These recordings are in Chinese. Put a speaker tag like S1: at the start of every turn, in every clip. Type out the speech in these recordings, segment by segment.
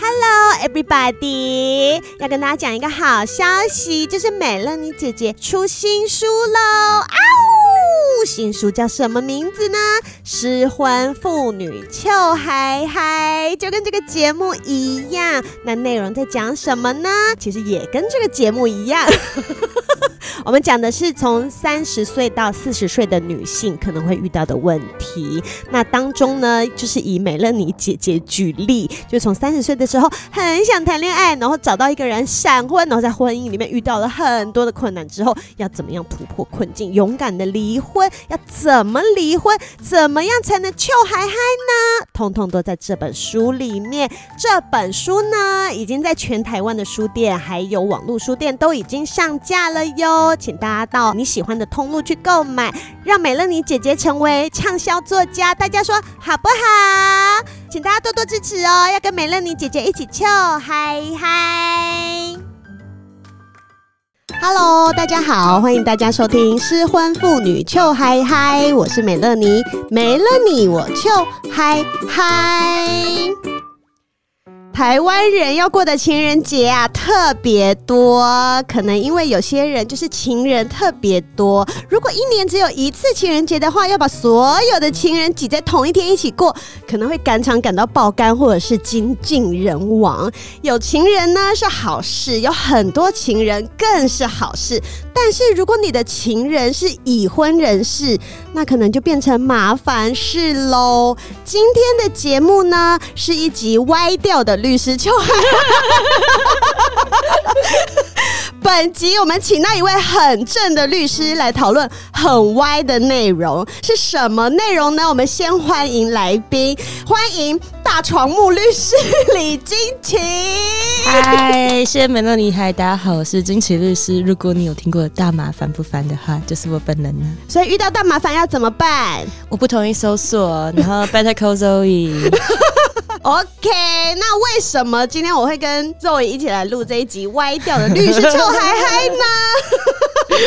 S1: Hello, everybody！要跟大家讲一个好消息，就是美乐妮姐姐出新书喽！啊呜！新书叫什么名字呢？失婚妇女俏嗨嗨，就跟这个节目一样。那内容在讲什么呢？其实也跟这个节目一样。 我们讲的是从三十岁到四十岁的女性可能会遇到的问题。那当中呢，就是以美乐妮姐姐举例，就从三十岁的时候很想谈恋爱，然后找到一个人闪婚，然后在婚姻里面遇到了很多的困难之后，要怎么样突破困境，勇敢的离婚，要怎么离婚，怎么样才能救海海呢？通通都在这本书里面。这本书呢，已经在全台湾的书店还有网络书店都已经上架了哟，请大家到你喜欢的通路去购买，让美乐妮姐姐成为畅销作家，大家说好不好？请大家多多支持哦，要跟美乐妮姐姐一起跳嗨嗨！Hello，大家好，欢迎大家收听《失婚妇女糗嗨嗨》，我是美乐妮，没了你我糗嗨嗨。台湾人要过的情人节啊，特别多。可能因为有些人就是情人特别多，如果一年只有一次情人节的话，要把所有的情人挤在同一天一起过，可能会赶场赶到爆肝，或者是精尽人亡。有情人呢是好事，有很多情人更是好事。但是如果你的情人是已婚人士，那可能就变成麻烦事喽。今天的节目呢，是一集歪掉的律师秋海。 本集我们请到一位很正的律师来讨论很歪的内容，是什么内容呢？我们先欢迎来宾，欢迎大床木律师李金奇。
S2: 嗨，谢谢美乐妮，嗨，大家好，我是金奇律师。如果你有听过大麻烦不烦的话，就是我本人呢。
S1: 所以遇到大麻烦要怎么办？
S2: 我不同意搜索，然后 Better Call Zoe。
S1: OK，那为什么今天我会跟 Zoe 一起来录这一集歪掉的律师臭嗨嗨 呢？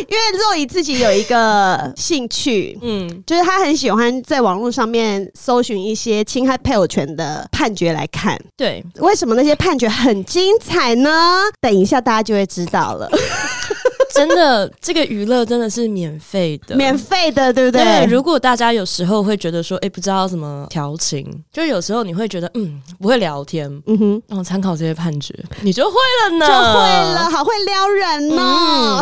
S1: 因为 Zoe 自己有一个兴趣，
S2: 嗯，
S1: 就是她很喜欢在网络上面搜寻一些侵害配偶权的判决来看。
S2: 对，
S1: 为什么那些判决很精彩呢？等一下大家就会知道 了，
S2: 真的，这个娱乐真的是免费的，
S1: 免费的，对不对？
S2: 对，如果大家有时候会觉得说，哎、不知道怎么调情，就有时候你会觉得，嗯，不会聊天，
S1: 嗯哼，
S2: 然后参考这些判决，你就会了呢，
S1: 就会了，好会撩人哦。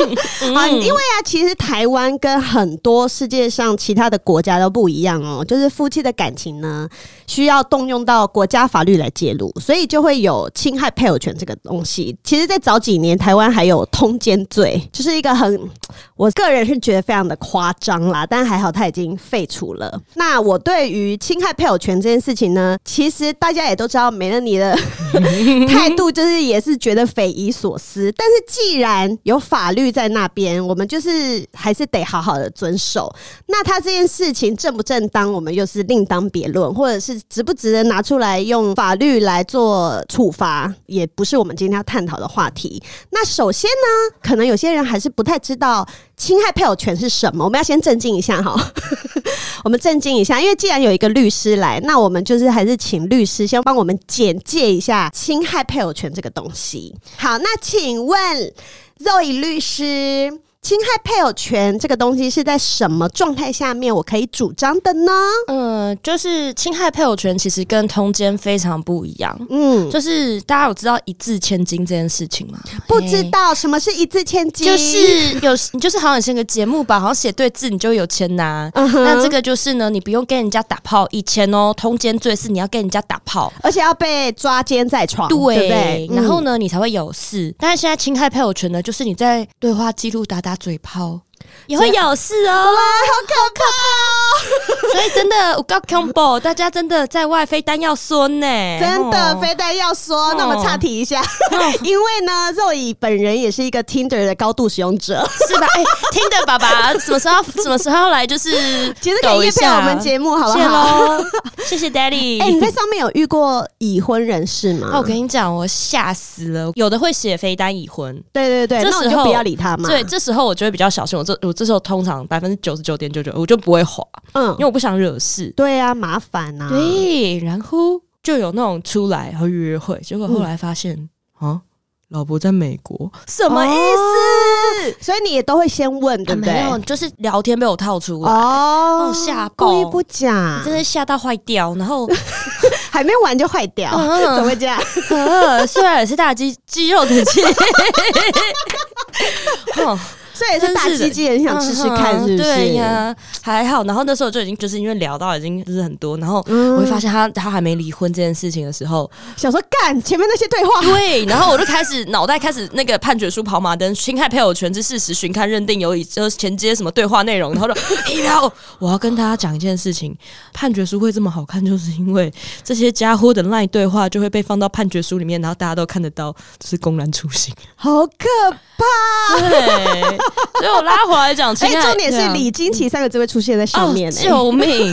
S2: 嗯。
S1: 啊，因为啊，其实台湾跟很多世界上其他的国家都不一样哦，就是夫妻的感情呢，需要动用到国家法律来介入，所以就会有侵害配偶权这个东西。其实，在早几年，台湾还有通奸罪，就是一个很，我个人是觉得非常的夸张啦，但还好它已经废除了。那我对于侵害配偶权这件事情呢，其实大家也都知道，梅了你的态度就是也是觉得匪夷所思。但是既然有法律在那边，我们就是还是得好好的遵守。那他这件事情正不正当，我们又是另当别论，或者是值不值得拿出来用法律来做处罚，也不是我们今天要探讨的话题。那首先呢，可能有些人还是不太知道侵害配偶权是什么，我们要先镇静一下哈。我们震惊一下，因为既然有一个律师来，那我们就是还是请律师先帮我们简介一下侵害配偶权这个东西。好，那请问 Zoe 律师，侵害配偶权这个东西是在什么状态下面我可以主张的呢？
S2: 嗯，就是侵害配偶权其实跟通奸非常不一样。
S1: 嗯，
S2: 就是大家有知道一字千金这件事情吗？哎
S1: 不知道什么是一字千金，
S2: 就是有你就是好像写个节目吧，好像写对字你就有钱拿。
S1: 嗯哼
S2: 那这个就是呢，你不用跟人家打炮。以前哦，通奸罪是你要跟人家打炮，
S1: 而且要被抓奸在床，哦对不对？
S2: 然 后
S1: 嗯
S2: 呢，你才会有事。但是现在侵害配偶权呢，就是你在对话记录打打嘴炮，也会有事 哦。
S1: 哦可
S2: 所以真的，我告 combo，大家真的在外非单要孙呢，
S1: 怕哦！真的，
S2: 哦
S1: 非但要说，那我们岔题一下， 因为呢，肉乙本人也是一个 Tinder 的高度使用 者，
S2: 是吧？哎、听的爸爸什么时候什么时候来？就是
S1: 其实可
S2: 抖
S1: 以
S2: 一
S1: 业配
S2: 下
S1: 我们节目，好不
S2: 谢
S1: 好？
S2: 喽， 谢谢 Daddy。
S1: 哎、你在上面有遇过已婚人士吗？
S2: 哦，我跟你讲，我吓死了。有的会写非单已婚，
S1: 对对对，
S2: 这
S1: 那我
S2: 时
S1: 就
S2: 候
S1: 不要理他嘛。
S2: 对，这时候我就会比较小心。我这我这时候通常百分之九十九点九九，我就不会滑，
S1: 嗯
S2: 因为，我不想惹事。
S1: 对啊，麻烦
S2: 嗯
S1: 呐、啊。
S2: 对，然后就有那种出来然后约约会，结果后来发现啊，老婆在美国，什么意思？
S1: 所以你也都会先问，对
S2: 啊
S1: 不对？
S2: 哦没有，就是聊天被我套出来。
S1: 哦
S2: 哦吓爆
S1: 故意不讲，
S2: 真的吓到坏掉，然 后
S1: 还没完就坏掉，
S2: 嗯
S1: 怎么会 这样？
S2: 呃，虽然也是大肌肌肉的肌， 哦，
S1: 所以也是大
S2: 真的
S1: 鸡鸡很想试试看，是
S2: 嗯
S1: 不是？
S2: 对呀，还好。然后那时候就已经就是因为聊到已经就是很多，然后
S1: 嗯
S2: 我会发现他他还没离婚这件事情的时候，
S1: 想说干前面那些对话，
S2: 对，然后我就开始脑袋开始那个判决书跑马灯，侵害配偶权之事实，寻看认定有以就是前接什么对话内容，然后就然后我要跟大家讲一件事情，判决书会这么好看，就是因为这些家伙的赖对话就会被放到判决书里面，然后大家都看得到，这是公然出 行。
S1: 好可怕！
S2: 对，所以我拉回来讲，
S1: 哎
S2: 侵害、，
S1: 重点
S2: 对啊
S1: 是李金奇三个字会出现在上面、
S2: 哦，
S1: 欸，
S2: 救命！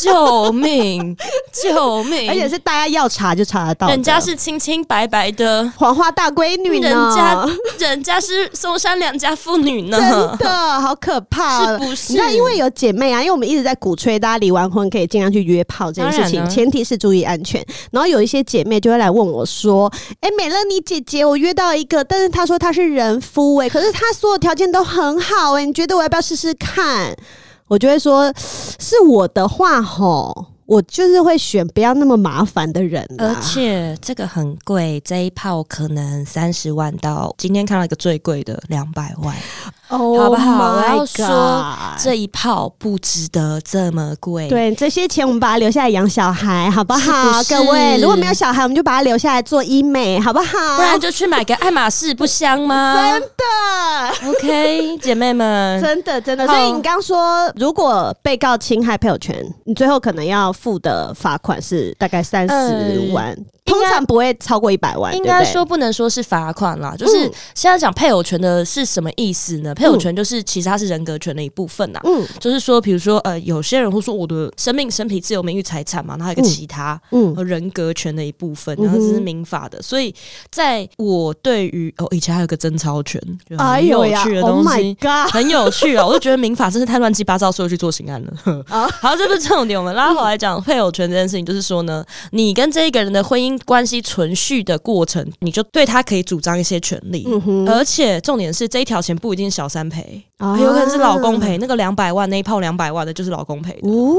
S2: 救命！救命！
S1: 而且是大家要查就查得到的，
S2: 人家是清清白白的，
S1: 黄花大闺女
S2: 人
S1: 呢，
S2: 家人家是松山两家妇女呢
S1: 真。的啊好可怕、
S2: 嗯是不是
S1: 你知道，因为有姐妹啊，因为我们一直在鼓吹大家离完婚可以尽量去约炮这件事
S2: 当然
S1: 情，
S2: 啊
S1: 前提是注意安全。然后有一些姐妹就会来问我说：“哎、美乐妮姐姐，我约到一个，但是她说她是人夫、哎，可是她所有条件都很好、哎，你觉得我要不要试试看？”我就会说：“是我的话吼，我就是会选不要那么麻烦的人、啊，
S2: 而且这个很贵，这一炮可能三十万到今天看到一个最贵的两百万，
S1: oh、
S2: 好不好哦我要说
S1: 这。”
S2: 这一炮不值得这么贵。
S1: 哎对，这些钱我们把它留下来养小孩，好不好？
S2: 哎是不是
S1: 各位，如果没有小孩，我们就把它留下来做医美，好不好？
S2: 不然 啊就去买个爱马仕，不香吗
S1: 的，
S2: ？OK，姐妹们，
S1: 真的，真的。
S2: 嗯好
S1: 所以你刚说，如果被告侵害配偶权，你最后可能要付的罚款是大概三十万，通常不会超过一百万，
S2: 呃应
S1: 对
S2: 该
S1: 不对嗯
S2: 说不能说是罚款啦，就是现在讲配偶权的是什么意思呢？配偶权就是其实它是人格权的一部分呐、啊
S1: 嗯
S2: 就是说，比如说，呃，有些人会说我的生命、身体、自由、名誉、财产嘛，然后还有一个其他、
S1: 嗯
S2: 呃人格权的一部分，
S1: 嗯
S2: 然
S1: 哼
S2: 后这是民法的。所以，在我对于哦，以前还有个贞操权，就
S1: 哎
S2: 很
S1: 呦
S2: 有
S1: 呀
S2: 趣的
S1: ，Oh
S2: 东
S1: my
S2: 西。
S1: god！
S2: 很有趣啊！我就觉得民法真是太乱七八糟，所以我去做刑案了。
S1: 啊
S2: 好，这不是重点。我们拉回来讲配偶权这件事情，就是说呢，你跟这一个人的婚姻关系存续的过程，你就对他可以主张一些权利。
S1: 嗯哼，
S2: 而且重点是，这一条钱不一定是小三赔，
S1: 啊
S2: 很有可能是老公赔。那个两百万那一炮两百万的，就是老公赔的。
S1: 哦，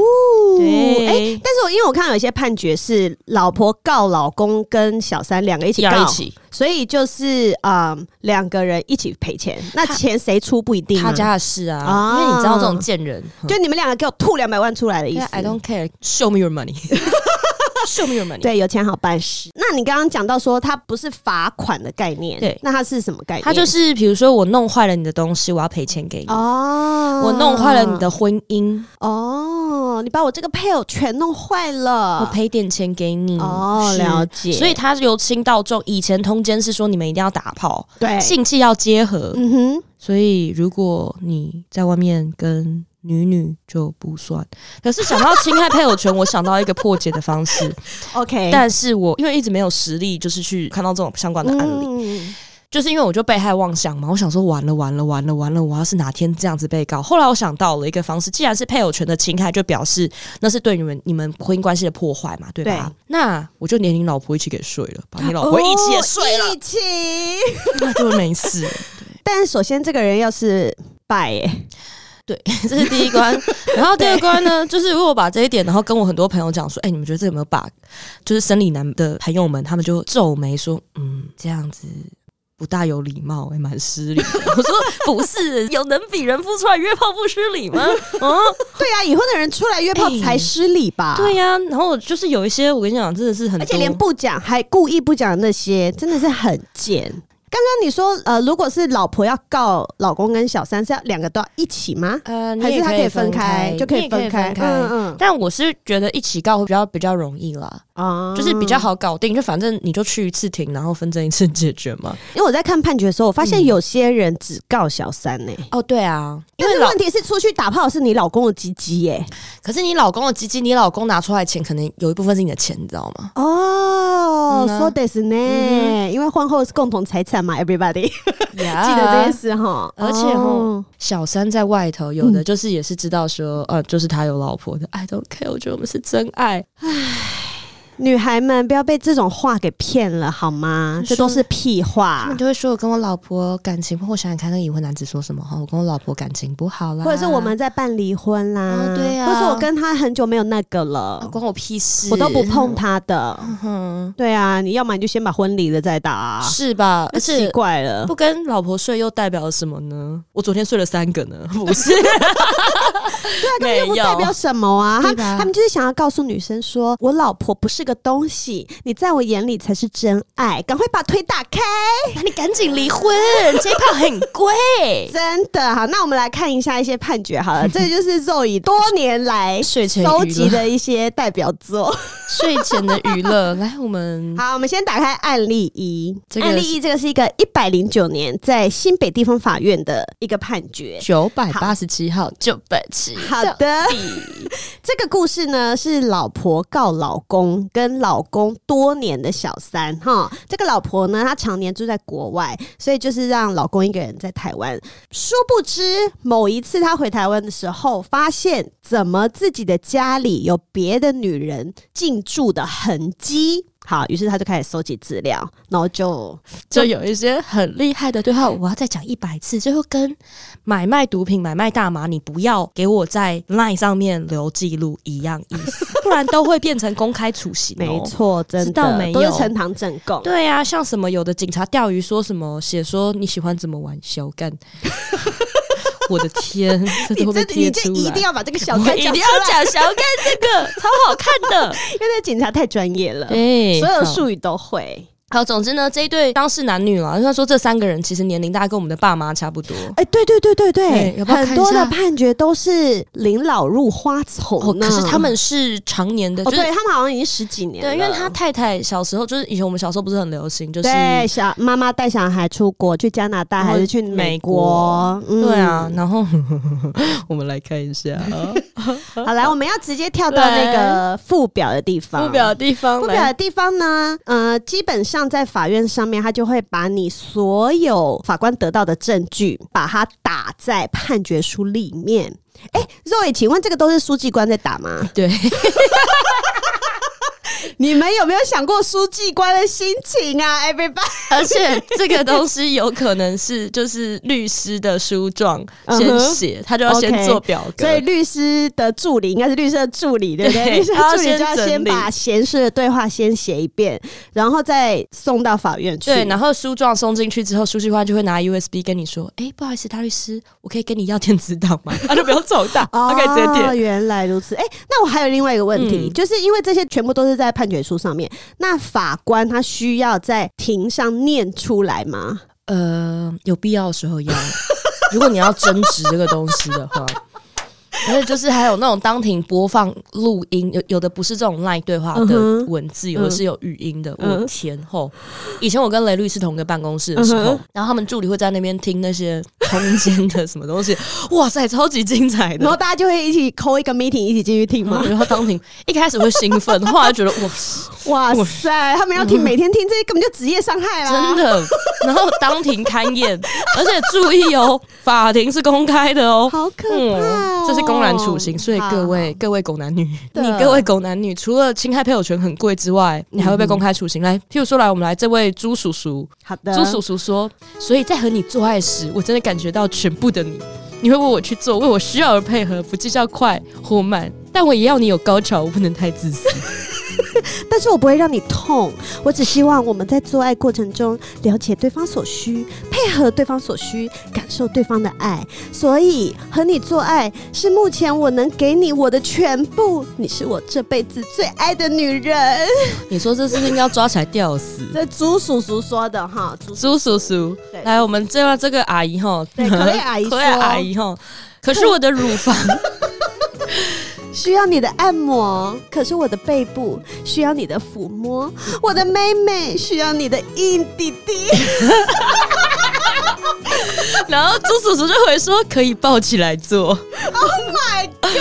S2: 对
S1: 哎但是我因为我看到有一些判决是老婆告老公跟小三两个一起告，
S2: 要一起，
S1: 所以就是嗯，两个人一起赔钱，那钱谁出不一定吗
S2: 他家的事啊，
S1: 啊
S2: 因为你知道这种贱人，
S1: 就你们两个给我吐两百万出来的意
S2: 对
S1: 思。
S2: 啊 I don't care，show me your money，show me your money。
S1: 对，有钱好办事。那你刚刚讲到说，它不是罚款的概念，
S2: 对
S1: 那它是什么概念？
S2: 他就是比如说我弄坏了你的东西，我要赔钱给你。
S1: 哦，
S2: 我弄坏了你的婚姻，
S1: 哦，你把我这个配偶全弄坏
S2: 我
S1: 了。
S2: 赔点钱给你。
S1: 哦，
S2: 是
S1: 了解。
S2: 所以他由轻到重，以前通奸是说你们一定要打炮，
S1: 对，
S2: 性器要结合。
S1: 嗯哼，
S2: 所以如果你在外面跟女女就不算。可是想到侵害配偶权，我想到一个破解的方 式，
S1: OK，
S2: 但是我因为一直没有实力，就是去看到这种相关的案例，
S1: 嗯
S2: 就是因为我就被害妄想嘛，我想说完了完了完了完了，我要是哪天这样子被告，后来我想到了一个方式，既然是配偶权的侵害，就表示那是对你们你们婚姻关系的破坏嘛，对吧？那我就连你老婆一起给睡了，把你老婆一起也 睡了，
S1: 哦一起。
S2: 那就没事了。
S1: 但首先，这个人要是败、欸，
S2: 对，这是第一关。然后第二关呢，就是如果把这一点，然后跟我很多朋友讲说，哎、你们觉得这有没有 bug？就是生理男的朋友们，他们就皱眉说，嗯，这样子。不大有礼貌，也、蛮失礼的。 我说不是，有能比人夫出来约炮不失礼 吗？嗯，
S1: 对啊，已婚的人出来约炮
S2: 哎
S1: 才失礼吧？
S2: 对呀、然后就是有一些，我跟你讲，真的是很多，
S1: 而且连不讲还故意不讲那些，真的是很贱。刚刚你说，呃，如果是老婆要告老公跟小三，是要两个都要一起吗？
S2: 呃，你
S1: 还
S2: 也
S1: 是他
S2: 可以
S1: 分
S2: 开，
S1: 就可
S2: 你
S1: 以
S2: 也可
S1: 分
S2: 以分开。
S1: 嗯嗯
S2: 但我是觉得一起告会比较比较容易啦，
S1: 啊
S2: 就是比较。好搞定，就反正你就去一次庭，然后纷争一次解决嘛。
S1: 因为我在看判决的时候，我发现
S2: 嗯
S1: 有些人只告小三呢、
S2: 哦，对啊，因
S1: 但
S2: 为
S1: 是
S2: 老
S1: 问题是出去打炮是你老公的鸡鸡耶。
S2: 可是你老公的鸡鸡，你老公拿出来的钱，可能有一部分是你的钱，你知道吗？
S1: 哦
S2: 嗯啊
S1: ，so this 呢？因为婚后是共同财产嘛，everybody 记得这件事哈。
S2: 啊而且
S1: 哦
S2: 吼，小三在外头，有的就是也是知道说，呃，就是他有老婆的，I don't care，我觉得我们是真
S1: 啊
S2: 爱。
S1: 女孩们不要被这种话给骗了好吗？这
S2: 是
S1: 都是屁
S2: 他
S1: 话
S2: 们。就会说我跟我老婆感情不好，我想想看，那个已婚男子说什么哈，我跟我老婆感情不好啦，
S1: 或者是我们在办离婚啦，
S2: 哦对啊
S1: 或者是我跟他很久没有那个了，
S2: 啊关我屁事，
S1: 我都不碰他的。
S2: 哼，
S1: 对啊，你要么你就先把婚离了再打、啊，
S2: 是吧？
S1: 那
S2: 而
S1: 奇
S2: 且
S1: 怪了
S2: 不。跟老婆睡又代表了什么呢？我昨天睡了三 个呢，不是？
S1: 对啊，根本就不
S2: 没有
S1: 代表什么啊！他
S2: 对吧
S1: 他们就是想要告诉女生说，我老婆不是个东西，你在我眼里才是真爱，赶快把腿打开！
S2: 你赶紧离 婚，这一炮很贵。
S1: 真的好，那我们来看一下一些判决好 了，这就是 Zoe 多年来
S2: 睡前娱乐
S1: 收集的一些代表作。
S2: 睡前的娱乐，来，我们
S1: 好，我们先打开案例一。
S2: 这个
S1: 案例一，这个是一个一百零九年在新北地方法院的一个判决。
S2: 九百八十七号九百七，
S1: 好的，这个故事呢是老婆告老公，跟老公多年的小三哈。这个老婆呢，她常年住在国外，所以就是让老公一个人在台湾。殊不知，某一次她回台湾的时候，发现怎么自己的家里有别的女人进驻的痕迹。好，于是她就开始搜集资料，然后就
S2: 就有一些很厉害的对话，我要再讲一百次。最后跟买卖毒品、买卖大麻，你不要给我在 LINE 上面留记录一样意思，不然都会变成公开处刑、哦。
S1: 没。错，真
S2: 知道
S1: 的
S2: 没
S1: 都是
S2: 有
S1: 呈堂证供。
S2: 对啊，像什么有的警察钓鱼说什么写说你喜欢怎么玩小干， 我的天，这
S1: 你
S2: 都会被
S1: 真的，你
S2: 贴
S1: 就
S2: 出
S1: 一定
S2: 来。
S1: 要把这个小
S2: 我
S1: 干
S2: 一
S1: 讲
S2: 定
S1: 出
S2: 要讲小干这个超好看的，
S1: 因为那警察太专业了，
S2: 对
S1: 所有
S2: 好
S1: 术语都会。
S2: 好，总之呢，这一对当事男女啦，他说这三个人其实年龄大概跟我们的爸妈差不多。
S1: 哎、对对对对对，
S2: 对要不要看
S1: 很多
S2: 一下
S1: 的判决都是临老入花丛
S2: 哦，
S1: 呢、
S2: 可是他们是常年
S1: 哦，
S2: 的，就是
S1: 对他们好像已经十几年了，
S2: 对，因为他太太小时候就是以前我们小时候不是很流行，就是
S1: 对小妈妈带小孩出国，去加拿大
S2: 然后
S1: 还是去美国？嗯
S2: 对啊，，然后 我们来看一下
S1: 嗯好，来，我们要直接跳到那个附表的地方。
S2: 不表的地方
S1: 附表的
S2: 来，
S1: 地方呢，呃，基本上在法院上面，他就会把你所有法官得到的证据，把它打在判决书里面。哎、肉野，请问这个都是书记官在打吗？
S2: 对，
S1: 你们有没有想过书记官的心情啊？Everybody，
S2: 而且这个东西有可能是就是律师的书状
S1: 嗯
S2: 先
S1: 哼
S2: 写，他就要先
S1: OK
S2: 做表 格
S1: 所，以律师的助理应该是律师的助理，对不对？
S2: 对
S1: 律师的助理
S2: 他要先
S1: 就要
S2: 整
S1: 先
S2: 理
S1: 把闲事的对话先写一遍，然后再送到法院去。
S2: 对，然后书状送进去之后，书记官就会拿 USB 跟你说：“哎、不好意思，大律师，我可以跟你要电子档吗？” 他就不用走档，他可以直接
S1: 哦，
S2: 点。
S1: 原来如此。哎、那我还有另外一个问题，
S2: 嗯
S1: 就是因为这些全部都是在判决书上面，那法官他需要在庭上念出来吗？
S2: 呃，有必要的时候要， 如果你要争执这个东西的话。 而且就是还有那种当庭播放录音，有有的不是这种 line 对话
S1: 嗯
S2: 的
S1: 哼
S2: 文字，有的是有语音的。
S1: 嗯
S2: 我天后，以前我跟雷律是同一个办公室的时候，
S1: 嗯
S2: 然后他们助理会在那边听那些空间的什么东西，哇塞，超级精彩的。
S1: 然后大家就会一起扣一个 meeting 一起进去听吗？
S2: 然后当庭一开始会兴奋，后来觉得 哇，
S1: 哇塞，他们要听每天听，这些根本就职业伤害啦！
S2: 真的。然后当庭勘验，而且注意哦，法庭是公开的哦。
S1: 好可怕、哦
S2: 这是公然处刑，所以各位各位狗男女，
S1: 的
S2: 你各位狗男女，除了侵害配偶权很贵之外，你还会
S1: 嗯
S2: 被公开处刑。来，譬如说来，我们来这位朱叔叔，
S1: 好好的
S2: 朱叔叔说，所以在和你做爱时，我真的感觉到全部的你，你会为我去做，为我需要而配合，不计较快或慢，但我也要你有高潮，我不能太自私。
S1: 但是我不会让你痛，我只希望我们在做爱过程中了解对方所需，配合对方所需，感受对方的爱。所以和你做爱是目前我能给你我的全部，你是我这辈子最爱的女人。
S2: 你说这是不是应该要抓起来吊死？
S1: 这朱叔叔说的哈，朱
S2: 朱叔叔
S1: 对，
S2: 来，我们这样这个阿姨哈，
S1: 对可乐阿姨
S2: 可
S1: 说
S2: 乐阿姨哈，可是我的乳 房，
S1: 需要你的按摩，可是我的背部需要你的抚摸，我的妹妹需要你的硬弟弟。
S2: 然后朱叔叔就回说可以抱起来做，
S1: Oh my god！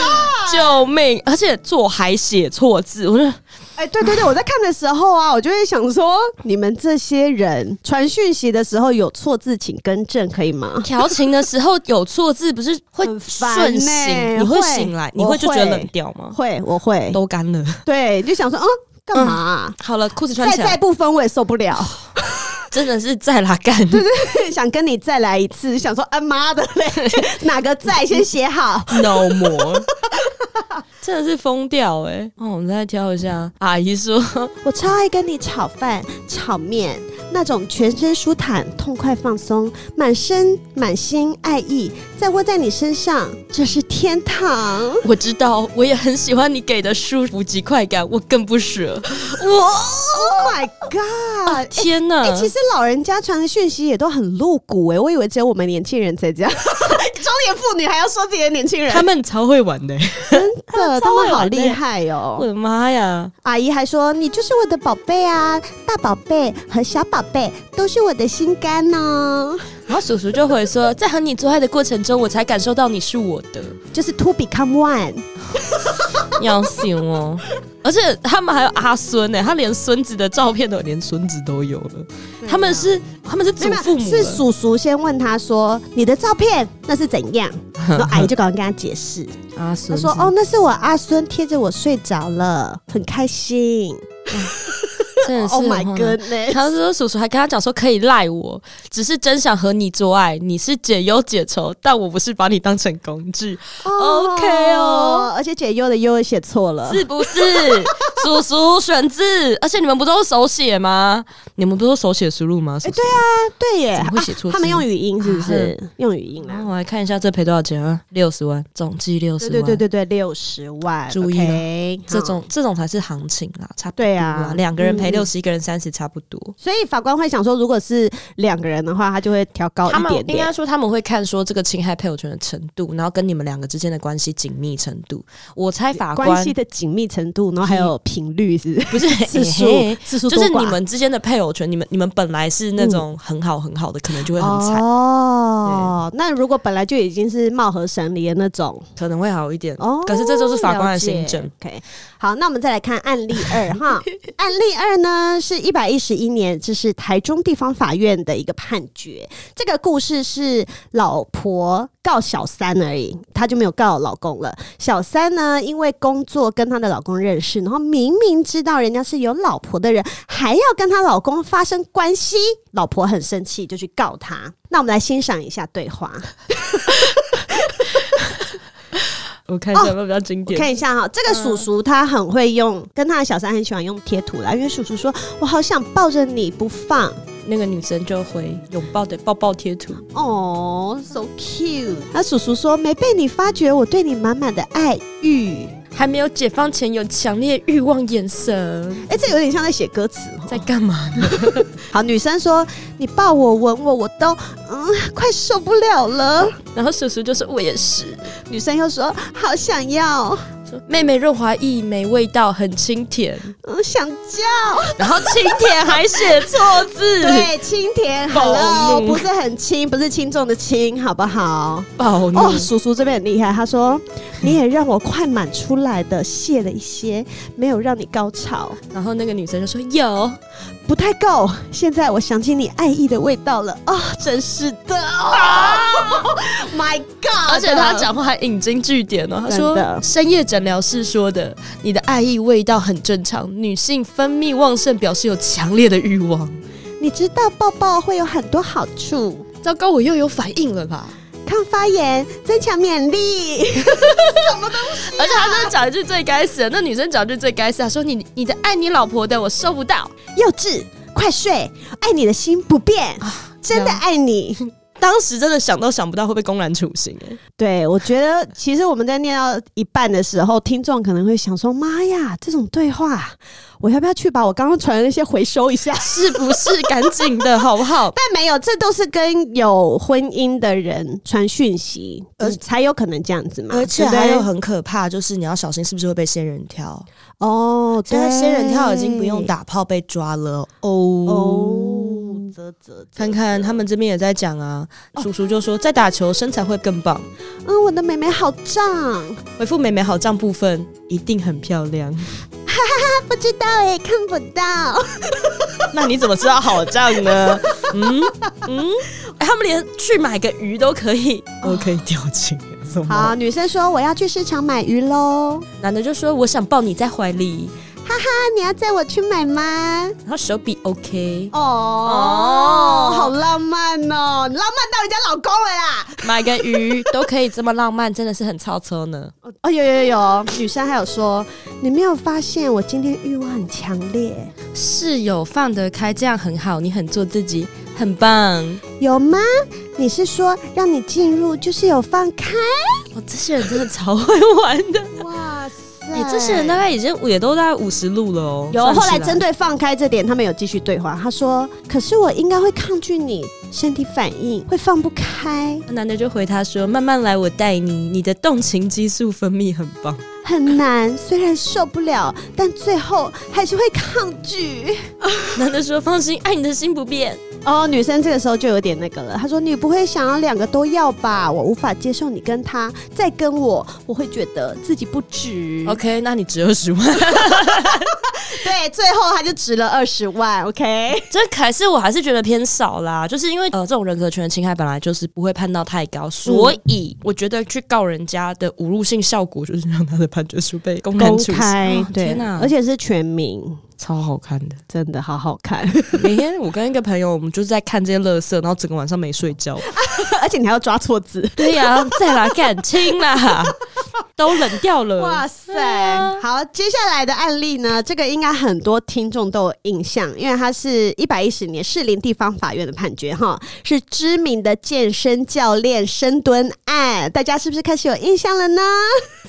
S2: 救命！而且做还写错字，我就
S1: 哎、对对对，我在看的时候啊，我就会想说，你们这些人传讯息的时候有错字，请更正，可以吗？
S2: 调情的时候有错字，不是会
S1: 很烦
S2: 顺
S1: 欸
S2: 醒，你会
S1: 会
S2: 醒来，
S1: 我
S2: 你会就觉得
S1: 会
S2: 冷掉吗？
S1: 会，我会，
S2: 都干了，
S1: 对，就想说，嗯，干嘛啊、
S2: 好了，裤子穿
S1: 再
S2: 起
S1: 再
S2: 来，
S1: 不分我也受不 了，
S2: 真的是再拉 干，
S1: 想跟你再来一次，想说，啊妈的 嘞，哪个再先写好？
S2: 脑膜，真的是疯掉哎、哦，我们再挑一下。阿姨 说，
S1: 我超爱跟你炒饭、炒面，那种全身舒坦、痛快放松，满身满心爱意，再窝在你身上，这是天堂。
S2: 我知道，我也很喜欢你给的舒服及快感，我更不舍。
S1: 我 Oh my God！
S2: 天哪！
S1: 哎、其实老人家传的讯息也都很露骨哎、我以为只有我们年轻人才 这样，中年妇女还要说自己的年轻人，
S2: 他们超会玩的、
S1: 的他
S2: 超会
S1: 们好
S2: 玩的
S1: 厉害哦、
S2: 我的妈呀！
S1: 阿姨还说：“你就是我的宝贝啊，大宝贝和小宝贝都是我的心肝哦。
S2: 然后叔叔就会 说，在和你做爱的过程中，我才感受到你是我的，”
S1: 就是 two become one，
S2: 要行哦。而且他们还有阿孙欸呢、他连孙子的照片都有连孙子都有了。他们是他们是祖
S1: 没有
S2: 父母了
S1: 是叔叔先问他说：“你的照片那是怎样？” 然后阿姨就赶快跟他解释，
S2: 阿
S1: 他
S2: 孙
S1: 说：“
S2: 子
S1: 哦，那是我阿孙贴着我睡着了，很开心。
S2: 真的是
S1: ”Oh my
S2: 哦
S1: goodness！
S2: 他说：“叔叔还跟他讲说可以赖我，只是真想和你做爱，你是解忧解愁，但我不是把你当成工具，OK 哦，
S1: 而且解忧的忧也写错了，
S2: 是不是？ 叔叔选字，而且你们不都是手写吗？哎啊你们不都是手写输入吗？叔叔
S1: 对耶啊
S2: 怎么，会写错字
S1: 他们用语音是不是？用语音
S2: 然
S1: 啊？
S2: 后我来看一下这赔多少钱啊？六十万，总计六十
S1: 对
S2: 万。
S1: 对对对
S2: 对，
S1: 对，六十万，
S2: 注意了
S1: OK，
S2: 这
S1: 好
S2: 种这种才是行情啦，差不多
S1: 对
S2: 啦
S1: 啊，
S2: 两个人赔
S1: 嗯
S2: 六十，一个人三十，差不多。”
S1: 所以法官会想说，如果是两个人的话，他就会调高
S2: 哦他
S1: 一
S2: 们
S1: 点
S2: 应
S1: 点
S2: 该。说他们会看说这个侵害配偶权的程度，然后跟你们两个之间的关系紧密程度。我猜法官
S1: 关系的紧密程度，然后还有频率是不 是
S2: 不 是
S1: 次数
S2: 嘿嘿
S1: 次数
S2: 就
S1: 多寡
S2: 是你们之间的配偶权，你们你们本来是那种很好很好的，可能就会很惨，
S1: 哦，那如果本来就已经是貌合神离的那种，
S2: 可能会好一点。
S1: 哦，
S2: 可是这就是法官的心
S1: 了
S2: 证。
S1: 解 OK，好，那我们再来看案例二 哈。案例二呢是一百一十一年，这是台中地方法院的一个判决。这个故事是老婆告小三而已，她就没有告老公了。小三呢，因为工作跟她的老公认识，然后明明知道人家是有老婆的人，还要跟她老公发生关系，老婆很生气，就去告他。那我们来欣赏一下对话。
S2: 我看一下有没有比较经
S1: 我
S2: 典。
S1: 看一下哈，这个叔叔他很会用，跟他的小三很喜欢用贴图啦，因为叔叔说我好想抱着你不放
S2: 那个女生就回拥抱的抱抱贴图，
S1: 哦，so cute。那叔叔说没被你发觉我对你满满的爱欲，
S2: 还没有解放前有强烈欲望眼神，
S1: 哎、这有点像在写歌词哦。
S2: 在干嘛呢？
S1: 好，女生说你抱我吻我我都嗯 快受不了了，
S2: 然后叔叔就说：“我也是。
S1: 女生又说好想要，”
S2: 说妹妹润滑液没味道，很清甜。
S1: 嗯想叫，
S2: 然后清甜还写错 字，
S1: 对，清甜
S2: 暴
S1: ，hello，
S2: 怒
S1: 不是很轻，不是轻重的轻，好不好？
S2: 暴怒。
S1: 哦，叔叔这边很厉害，他说
S2: 嗯
S1: 你也让我快满出来的，泄了一些，没有让你高潮，
S2: 然后那个女生就说有，
S1: 不太够。现在我想起你爱意的味道了，啊、真是的、 哦 m y God！
S2: 啊
S1: 啊
S2: 而且她讲话还引经据典哦，她
S1: 真的
S2: 说深夜诊疗室说的，你的爱意味道很正常，女性分泌旺盛表示有强烈的欲望。
S1: 你知道抱抱会有很多好处，
S2: 糟糕，我又有反应了吧？
S1: 靠抗发炎，增强免疫力。
S3: 而且他真的讲一句最该死的，那女生讲一句最该死的，她说你你的爱你老婆的我收不到，
S1: 幼稚，快睡，爱你的心不变，
S2: 啊
S1: 真的爱你。
S2: 当时真的想都想不到会被公然处刑、哎，
S1: 对，我觉得其实我们在念到一半的时候，听众可能会想说：“妈呀，这种对话，我要不要去把我刚刚传的那些回收一下？”
S2: 是不是赶紧的好不好？
S1: 但没有，这都是跟有婚姻的人传讯息，
S2: 而
S1: 而才有可能这样子嘛。
S2: 而且
S1: 对不对
S2: 还有很可怕，就是你要小心是不是会被仙人跳。
S1: 哦，
S2: 现在
S1: 对
S2: 仙人跳已经不用打炮被抓了哦。
S1: 哦，啧啧，
S2: 看看他们这边也在讲啊，叔叔就说再打球身材会更棒。
S1: 嗯，我的妹妹好胀，
S2: 回复美美好账部分一定很漂亮。
S1: 不知道哎、看不到。
S2: 那你怎么知道好账 呢？嗯嗯、哎他们连去买个鱼都可以， 都可以掉进。什
S1: 好，？女生说我要去市场买鱼喽，
S2: 男的就说我想抱你在怀里，
S1: 那你要载我去买吗？
S2: 然后手比 OK，
S1: 哦，
S2: 哦
S1: 好浪漫哦，你浪漫到人家老公了啦。
S2: 买个鱼都可以这么浪漫，真的是很超车呢。
S1: 哦，有有有，女生还有说，你没有发现我今天欲望很强烈，
S2: 室友放得开，这样很好，你很做自己，很棒。
S1: 有吗？你是说让你进入就是有放开？
S2: 哦，这些人真的超会玩的，
S1: 哇塞，
S2: 哎、这些人大概已经也都大概五十路了哦。
S1: 有
S2: 算起
S1: 后来针对放开这点，他们有继续对话。他说：“可是我应该会抗拒你身体反应，会放不开，
S2: 男的就回他说：“慢慢来，我带你。你的动情激素分泌很棒。
S1: 很难。虽然受不了，但最后还是会抗拒。”
S2: 男的说：“放心，爱你的心不变。””
S1: 哦，女生这个时候就有点那个了。她说：“你不会想要两个都要吧？我无法接受你跟他，再跟我，我会觉得自己不值。”
S2: OK，那你只有十万。
S1: 对，最后他就值了二十万。OK，
S2: 这还是我还是觉得偏少啦，就是因为呃，这种人格权的侵害本来就是不会判到太高，所以我觉得去告人家的侮辱性效果就是让他的判决书被公然处刑哦
S1: 对，
S2: 天哪，
S1: 而且是全民，
S2: 超好看的。
S1: 真的好好看，
S2: 每天我跟一个朋友，我们就是在看这些乐色，然后整个晚上没睡觉。
S1: 而且你还要抓错字。
S2: 对呀、再来感情啦， 都冷掉了。
S1: 哇塞！好，接下来的案例呢，这个应该很多听众都有印象，因为它是一百一十年士林地方法院的判决哈，是知名的健身教练深蹲案，大家是不是开始有印象了呢？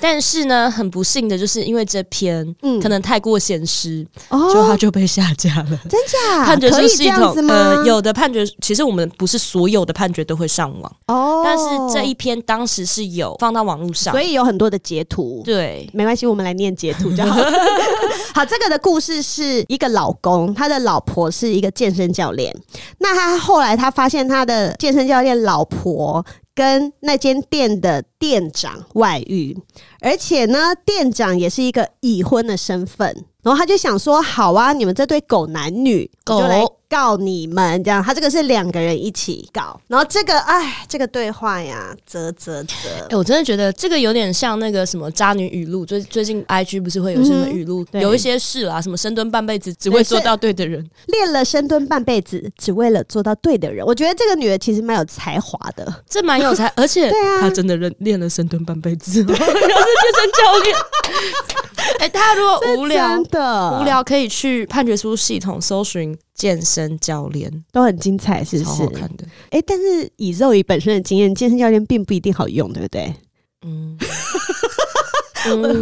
S2: 但是呢，很不幸的就是因为这篇，
S1: 嗯
S2: 可能太过显示，就
S1: 哦
S2: 他，就被下架了。
S1: 真假？
S2: 判决
S1: 可
S2: 书
S1: 以这
S2: 系
S1: 样
S2: 统
S1: 子，吗？
S2: 呃，有的判决，其实我们不是所有的判决都会上网，
S1: 哦，
S2: 但是这一，篇当时是有放到网络上
S1: 所，以有很多的截图，
S2: 对，
S1: 没关系，我们来念截图就好。好，这个的故事是一个老公，他的老婆是一个健身教练。那他后来他发现他的健身教练老婆跟那间店的店长外遇，而且呢，店长也是一个已婚的身份。然后他就想说，好啊，你们这对狗男女，我就
S2: 狗
S1: 来告你们这样。他这个是两个人一起告，然后这个，哎，这个对话呀，啧啧啧
S2: 哎、，我真的觉得这个有点像那个什么渣女语录，最最近 IG 不是会有什么
S1: 嗯
S2: 语录，
S1: 对
S2: 有一些事啊，什么深蹲半辈子只
S1: 对
S2: 会做
S1: 是
S2: 到对的人，
S1: 练了深蹲半辈子，只为了做到对的人。我觉得这个女的其实蛮有才华的，
S2: 这蛮有才， 而且
S1: 对啊
S2: 他真的练练了深蹲半辈子， 然后是健身 教练。哎、大家如果无聊
S1: 真的
S2: 无聊，可以去判决书系统搜寻健身教练，
S1: 都很精彩，是不
S2: 超
S1: 是
S2: 好？看的。
S1: 哎、但是以肉姨本身的经验，健身教练并不一定好用，对不对？
S2: 嗯，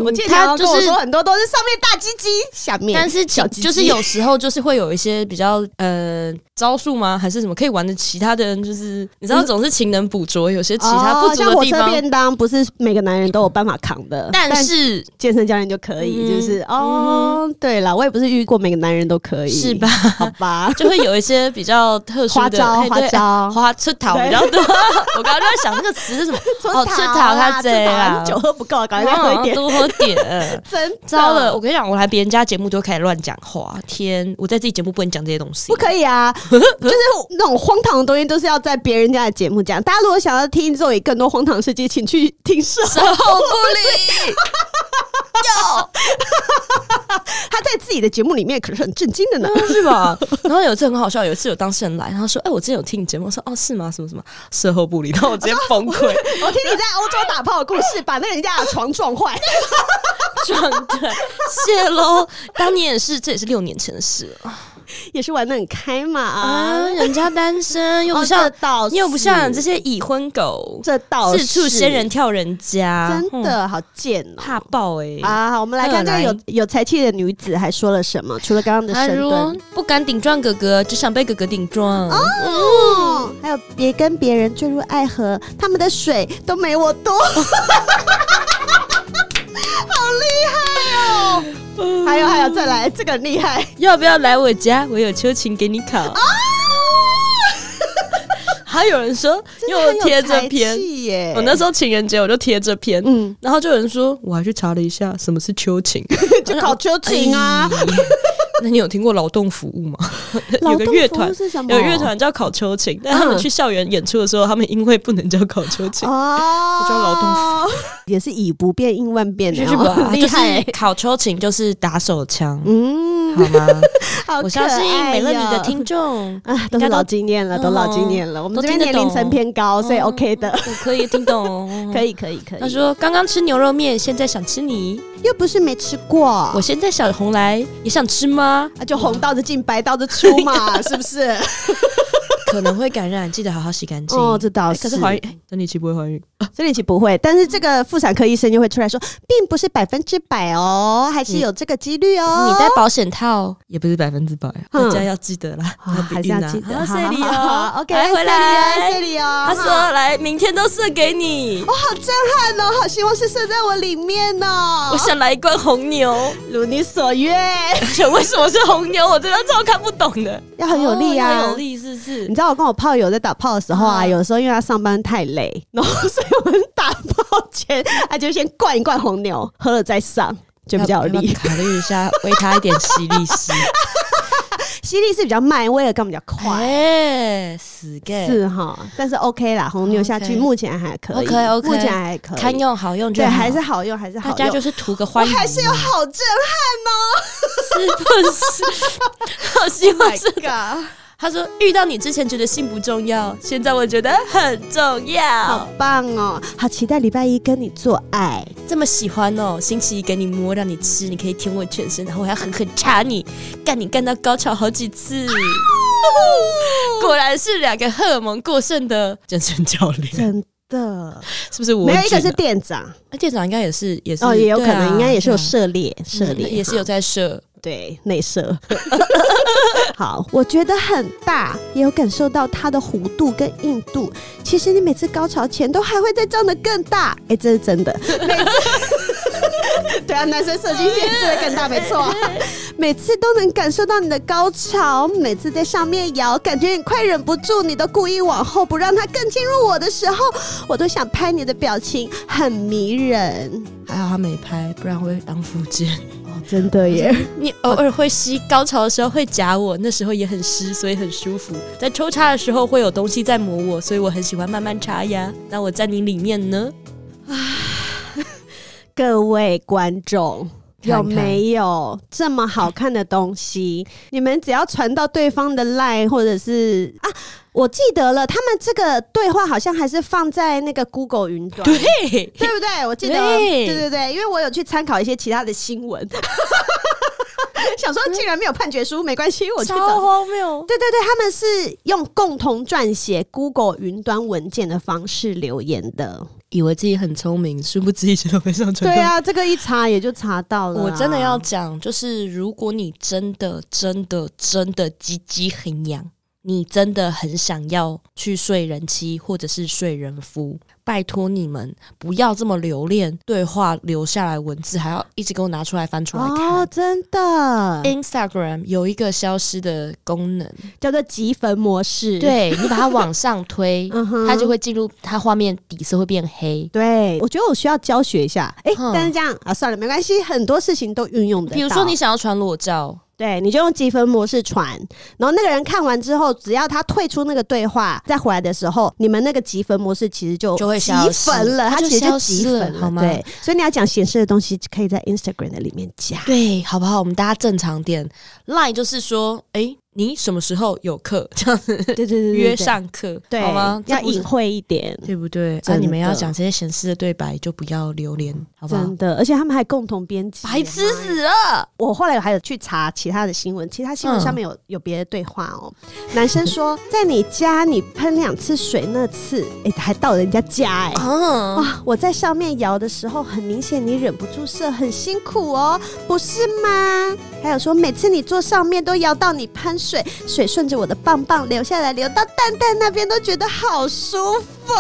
S1: 我记得
S2: 他
S1: 他
S2: 就
S1: 跟我
S2: 是
S1: 说，很多都是上哦面大鸡鸡，下面
S2: 但是其
S1: 小鸡鸡
S2: 就是有时候就是会有一些比较呃招数吗？还是什么可以玩的？其他的人就是你知道，总是勤能补拙，有些其他不
S1: 哦
S2: 足
S1: 像
S2: 的
S1: 火
S2: 地
S1: 车
S2: 方。
S1: 便当，不是每个男人都有办法扛的，
S2: 但是
S1: 健身教练就可以，
S2: 嗯
S1: 就是哦，对了，我也不是遇过每个男人都可以，
S2: 是吧？
S1: 好
S2: ，
S1: 吧
S2: 就会有一些比较特殊
S1: 花
S2: 的
S1: 招
S2: 嘿
S1: 花
S2: 对
S1: 招，
S2: 花出桃
S1: 对
S2: 比较多。 我刚刚就在想那个词是什么，哦吃桃
S1: 啦
S2: 他
S1: 吃
S2: 这
S1: 啊桃
S2: 啦
S1: 酒喝不够，赶快再喝一
S2: 嗯
S1: 点。
S2: 多喝 点。
S1: 真的
S2: 糟了，我跟你讲，我来别人家节目都开始乱讲话，天！我在自己节目不能讲这些东西，
S1: 不可以啊！ 就是那种荒唐的东西，都是要在别人家的节目讲。大家如
S2: 啊
S1: 果想要听 Zoe 更多荒唐的事迹，请去听社
S2: 售后不理。
S1: 他在自己的节目里面可是很震惊的 呢。
S2: 是吧？然后有一次很好笑，有一次有当事人来，然后说：“哎、我之前有听你节目，我说哦是吗？什么什么事后不理。” 然后我直接崩溃，
S1: 我听你在欧洲打炮的故事，把那人家的床撞 坏。
S2: 撞对，谢喽。当年也是，这也是六年前的事了
S1: 也是玩的很开嘛
S2: 啊。
S1: 啊，
S2: 人家单身，又不
S1: 哦
S2: 像
S1: 这倒
S2: 你又不
S1: 是
S2: 像这些已婚狗，
S1: 这倒
S2: 四处
S1: 是
S2: 仙人，跳人家，
S1: 真
S2: 嗯、
S1: 的好贱哦！
S2: 怕爆哎、
S1: 啊，好我们来看看
S2: 二来
S1: 有有才气的女子还说了什么，除了刚刚的
S2: 他
S1: 深
S2: 说
S1: 蹲，
S2: 不敢顶撞哥哥，只想被哥哥顶撞。
S1: 哦，还有别跟别人坠入爱河，他们的水都没我多， 好厉害哦！还有还有，再来这个很厉害，
S2: 要不要来我家？我有秋琴给你烤。
S1: 哦
S2: 还有人说，因为我贴这篇
S1: 真的很有才，气耶，
S2: 我那时候情人节我就贴这篇，
S1: 嗯，
S2: 然后就有人说，我还去查了一下什么是 秋情，
S1: 就搞秋瑾啊，
S2: 哎。那你有听过劳动服务 吗？有
S1: 劳
S2: 个
S1: 动
S2: 乐
S1: 服务
S2: 团，
S1: 是什么？
S2: 有乐团叫考秋情，但他们
S1: 嗯
S2: 去校园演出的时候，他们因为不能叫考秋情，
S1: 哦，
S2: 叫劳
S1: 动服，也是以不变应万变的
S2: 啊就
S1: 哦，
S2: 是把
S1: 厉害耶
S2: 就是，考秋情就是打手枪，
S1: 嗯，
S2: 好吗？
S1: 好
S2: 我相
S1: 可
S2: 信
S1: 爱
S2: 美乐你的
S1: 哟
S2: 听众
S1: 啊，都是
S2: 应该都哦
S1: 老经验了，都老经验了。我们这边
S2: 都
S1: 年
S2: 听得
S1: 龄层
S2: 懂嗯
S1: 偏高，所以 OK 的，
S2: 我可以听 懂，
S1: 可以可以可以。
S2: 他说：“刚刚吃牛肉面，现在想吃你。
S1: 又不是没吃过，
S2: 我现在想红来，也想吃吗？
S1: 啊就红倒着进，白倒着出 嘛，是不是？
S2: 可能会感染，记得好好洗干净。
S1: 哦，这倒
S2: 哎
S1: 是。
S2: 可是怀孕，哎生理期不会怀孕。
S1: 生理期不会，但是这个妇产科医生就会出来说，并不是百分之百哦，还是
S2: 你
S1: 有这个几率哦。
S2: 你戴保险套也不是百分之百，啊
S1: 嗯
S2: 大家要记得啦，
S1: 啊，还
S2: 避
S1: 是
S2: 孕
S1: 要
S2: 啊
S1: 记得。好
S2: 好谢你
S1: 好好好
S2: 哦
S1: ，OK，
S2: 来回来。
S1: 谢礼哦。
S2: 他说
S1: 哈：“
S2: 来，明天都射给你。
S1: 我好震撼哦，好希望是射在我里面哦。
S2: 我想来一罐红牛，我
S1: 如你所愿，
S2: 想 为什么是红牛？我真的超看不懂的。
S1: 要很有力啊，
S2: 哦要有力是不是
S1: 你？知道我跟我炮友在打炮的时候啊，
S2: 嗯
S1: 有时候因为他上班太累， 然后所以我们打炮前，他就先灌一灌红牛，喝了再上。就比较有
S2: 要不
S1: 力
S2: 要，考虑一下，喂他一点吸力 吸。
S1: 吸力是比较慢，威尔刚比较快，
S2: 哎，死 gay
S1: 是哈，但是 OK 啦，红牛下去
S2: OK
S1: 目前还可以
S2: OK，OK
S1: 目前还可以，
S2: 堪用好用就
S1: 对，
S2: 好，
S1: 还是好用，还是好
S2: 大
S1: 用，
S2: 家就是图个
S1: 我
S2: 欢愉，
S1: 还是有好震
S2: 是不是？ 好希 望是。
S1: 撼哦，
S2: 他说遇到你之前觉得性不重要，现在我觉得很重
S1: 好
S2: 要，
S1: 棒哦，好期待礼拜一跟你做爱，
S2: 这么喜欢哦。星期一给你摸，让你吃，你可以舔我全身，然后我还狠狠插你，干你干到高潮好几 次。果然是两个荷尔蒙过剩的健身教练，
S1: 真的，
S2: 是不是我？
S1: 没有一个是店长
S2: 啊店长，应该也是也是
S1: 哦，也有可
S2: 对啊
S1: 能应该也是有
S2: 对啊
S1: 涉猎，涉猎
S2: 也是有在射。
S1: 对内 射。好，我觉得很大，也有感受到它的弧度跟硬度。其实你每次高潮前都还会再胀得更大，哎、这是真的。每次 对啊，男生射精线射得更大，没错啊、 每次都能感受到你的高潮，每次在上面摇，感觉你快忍不住，你都故意往后不让它更进入我的时候，我都想拍你的表情，很迷人。
S2: 还好他没拍，不然会当附件。
S1: 哦， 真的耶。
S2: 你哦偶尔会吸，高潮的时候会夹我，那时候也很湿，所以很舒服。在抽插的时候会有东西在磨我，所以我很喜欢慢慢插呀。那我在你里面呢？
S1: 各位观众。有
S2: 看看
S1: 没有这么好看的东 西？你们只要传到对方的 line 或者是啊，我记得了，他们这个对话好像还是放在那个 Google 云端，对
S2: 对，
S1: 不对？我记得，
S2: 对
S1: 对对对，因为我有去参考一些其他的新 闻，想说竟然没有判决书，没关系，我去找
S2: 超荒谬。
S1: 对对对，他们是用共同撰写 Google 云端文件的方式留言的。
S2: 以为自己很聪明，殊不知一直都没上传。
S1: 对。啊，这个一查也就查到了啊、
S2: 我真的要讲，就是如果你真的、真的、真的鸡鸡很痒，你真的很想要去睡人妻或者是睡人夫，拜托你们不要这么留恋对话留下来文字，还要一直给我拿出来翻出来看。
S1: 哦，真的
S2: Instagram 有一个消失的功能，
S1: 叫做积分模式。，，
S2: 对你把它往上推
S1: 嗯哼
S2: 它就会进入它画面底色会变黑。
S1: 对我觉得我需要教学一下。哎、
S2: 嗯
S1: 但是这样啊，算了，没关系，很多事情都运用的。
S2: 比如说你，想要传裸照，
S1: 对，你就用积分模式传，然后那个人看完之后，只要他退出那个对话，再回来的时候，你们那个积分模式其实就
S2: 就会
S1: 积
S2: 消失
S1: 粉了，
S2: 它
S1: 它
S2: 就
S1: 其实
S2: 消
S1: 就
S2: 失
S1: 积
S2: 了
S1: 粉
S2: 好
S1: 了。
S2: 吗
S1: 对，所以你要讲显示的东西，可以在 Instagram 的里面讲。
S2: 对，好不好？我们大家正常点。Line 就是说，哎，你什么时候有课？ 这样子
S1: 对对对，对
S2: 约，上课，
S1: 对，
S2: 好吗？
S1: 要
S2: 这不是
S1: 隐晦一点。
S2: 对不对？那、
S1: 真的
S2: 你们要讲这些显示的对白，就不要留连，好不好
S1: 真？的，而且他们还共同编辑，
S2: 白痴死了！
S1: 我后来还有去查其他的新闻，其他新闻上
S2: 嗯
S1: 面有、有别的对话哦。男生 说，在你家你喷两次水那次，哎、还到人家家哎、
S2: 嗯，
S1: 哇！我在上面摇的时候，很明显你忍不住射，很辛苦哦，不是吗？还有说，每次你坐上面都摇到你喷水，水顺着我的棒棒流下来，流到蛋蛋那边，都觉得好舒服。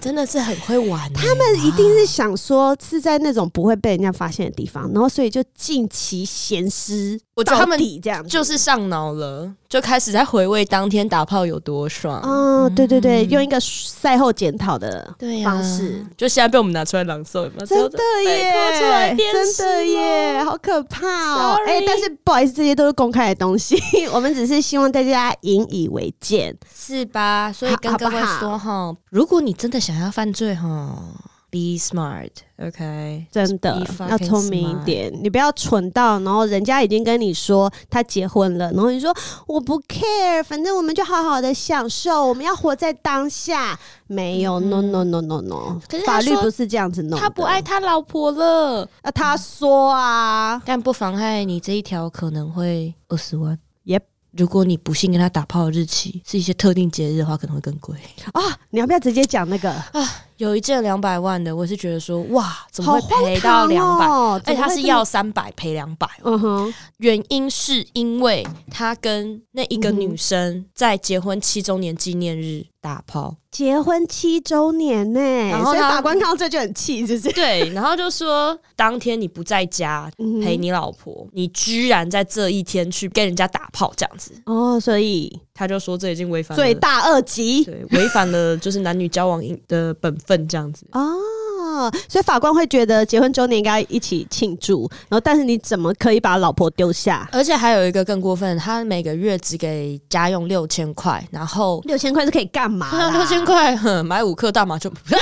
S2: 真的是很会玩、他
S1: 那一定是想说是在那种不会被人家发现的地方，然后所以就尽其闲思
S2: 我觉得
S1: 到
S2: 他们
S1: 底这样子。
S2: 就是上脑了，就开始在回味当天打炮有多爽。
S1: 哦，对对对，用一个赛后检讨的
S2: 嗯对啊
S1: 方式，
S2: 就现在被我们拿出来朗诵，有没有
S1: 真的耶
S2: 拜托出来，辨
S1: 真
S2: 识咯
S1: 的耶，好可怕哦！
S2: Sorry
S1: 哎，但是不好意思，这些都是公开的东西， 我们只是希望大家引以为戒。
S2: 是吧？所以
S1: 好
S2: 跟
S1: 好
S2: 各
S1: 不
S2: 位
S1: 好
S2: 说哈，如果你真的想要犯罪哈，be smart，OK，、
S1: 真的
S2: Be fucking
S1: 要聪明一点，你不要蠢到，然后人家已经跟你说他结婚了，然后你说我不 care，反正我们就好好的享受，我们要活在当下。没有、n o no no no no，
S2: 嗯可是他
S1: 法律
S2: 说
S1: 不是这样子弄的。
S2: 他不爱呃他老婆了，
S1: 啊，他说啊，
S2: 但不妨碍你这一条可能会二十万。
S1: Yep
S2: 如果你不幸跟他打炮的日期是一些特定节日的话，可能会更贵。
S1: 啊、你要不要直接讲那个？
S2: 啊有一件两百万的，我是觉得说，哇，怎么
S1: 好
S2: 会
S1: 荒
S2: 赔到
S1: 唐
S2: 两百、
S1: 哦！怎
S2: 哎，
S1: 么
S2: 他
S1: 会
S2: 是
S1: 这么
S2: 要三百赔两百，
S1: 嗯哼，
S2: 原因是因为他跟那一个
S1: 嗯哼
S2: 女生在结婚七周年纪念日打炮，
S1: 结婚七周年呢、
S2: 然后
S1: 所以
S2: 他
S1: 法官看到这就很气，就是
S2: 对，然后就说当天你不在家
S1: 嗯哼
S2: 陪你老婆，你居然在这一天去跟人家打炮这样子，
S1: 哦，所以
S2: 他就说这已经违反了
S1: 罪大恶极
S2: 对，违反了就是男女交往的本分这样子。
S1: 哦，所以法官会觉得结婚周年应该一起庆祝，然后但是你怎么可以把老婆丢下？
S2: 而且还有一个更过分，他每个月只给家用六千块，然后
S1: 六千块是可以干嘛 啦？
S2: 六千块哼买五克大麻就 不是，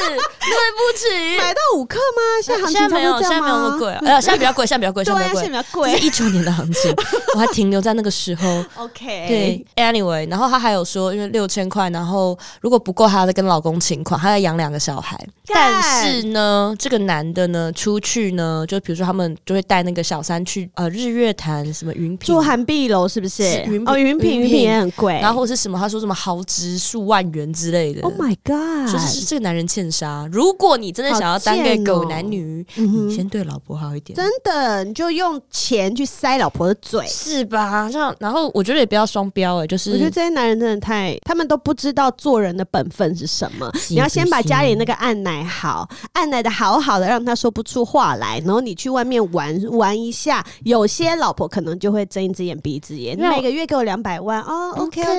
S2: 对不起。
S1: 买到五克吗？现在行
S2: 现
S1: 情差
S2: 在
S1: 不
S2: 没有，
S1: 多这
S2: 现在
S1: 样
S2: 没有那么
S1: 吗？
S2: 贵、啊，呃，现在比较贵，现在比较贵，
S1: 对
S2: 现在
S1: 啊，
S2: 比较
S1: 现在
S2: 贵
S1: 比，较贵。
S2: 一九年的行 情，我还停留在那个时候。
S1: OK，
S2: 对，，anyway，然后
S1: 哎
S2: 她还有说，因为六千块，然后如果不够，她要再跟老公请款，她要养两个小孩。但
S1: 干
S2: 是呢，这个男的呢，出去呢，就比如说他们就会带那个小三去呃日月潭什么云品
S1: 住。韩碧楼是不是
S2: 是？云品
S1: 哦，云
S2: 云
S1: 品，云
S2: 品
S1: 品也很贵。
S2: 然后或是什么，他说什么豪值数万元之类的。
S1: ，Oh my God，
S2: 就是这个男人欠杀。如果你真的想要当
S1: 好
S2: 个
S1: 贱哦
S2: 狗男女，
S1: 嗯哼
S2: 你先对老婆好一点，
S1: 真的，你就用钱去塞老婆的嘴。
S2: 是吧？像然后我觉得也不要双标哎、就是
S1: 我觉得这些男人真的太，他们都不知道做人的本分是什么。
S2: 是
S1: 你要先把家里那个按奶好，按奶的好好的，让他说不出话来，然后你去外面玩玩一下。有些老婆可能就会睁一只眼闭一只眼，你
S2: 那我
S1: 每个月给我两百万哦
S2: OK
S1: ，OK
S2: 啊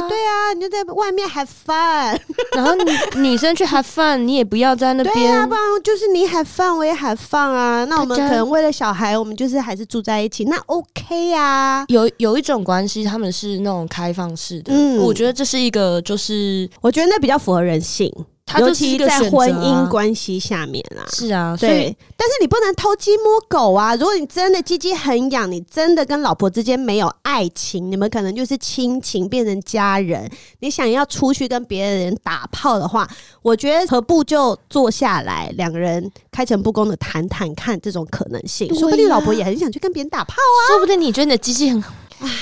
S1: OK，对啊，你就在外面 have fun，
S2: 然后 女女生去 have fun，你也不要在那
S1: 对啊，
S2: 边
S1: 不。然就是你 have fun，我也 have fun 啊。那我们
S2: 大家
S1: 可能为了小孩，我们就是还是住在一起，那 OK 啊。
S2: 有有一种关系，他们是那种开放式的，
S1: 嗯
S2: 我觉得这是一个，就是
S1: 我觉得那比较符合人性。
S2: 它
S1: 尤
S2: 就是一
S1: 其
S2: 个
S1: 在
S2: 选择
S1: 婚
S2: 啊
S1: 姻关系下面啊。
S2: 是啊，所以
S1: 对，但是你不能偷鸡摸狗啊！如果你真的鸡鸡很痒，你真的跟老婆之间没有爱情，你们可能就是亲情变成家人。你想要出去跟别人打炮的话，我觉得何不就坐下来，两个人开诚布公的谈谈看这种可能性，
S2: 对呀
S1: 说不定老婆也很想去跟别人打炮啊。
S2: 说不定你觉得你的机器很。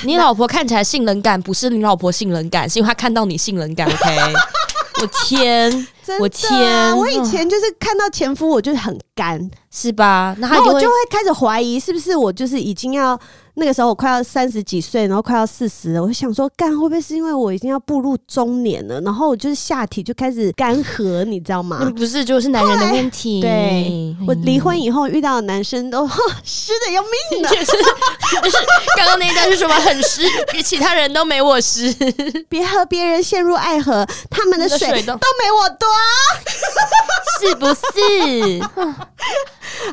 S2: 你老婆看起来性冷感，不是你老婆性冷感，是因为她看到你性冷感。OK，我 天，
S1: 真的啊
S2: 我天啊
S1: 我以前就是看到前夫，我就是很干，
S2: 是吧？那她
S1: 然
S2: 一
S1: 后我
S2: 定会
S1: 就会开始怀疑，是不是我就是已经要那个时候我快要三十几岁，然后快要四十了，我就想说，干会不会是因为我已经要步入中年了，然后我就是下体就开始干涸，你知道吗？
S2: 那不是就是男人的问题。
S1: 对我
S2: 嗯
S1: 离婚以后遇到的男生都 哦湿的要命的，
S2: 就是就是刚刚那一段是什么很湿，比其他人都没我湿，
S1: 别和别人陷入爱河，他们的
S2: 那个
S1: 水
S2: 水都
S1: 都没我多。
S2: 是不是？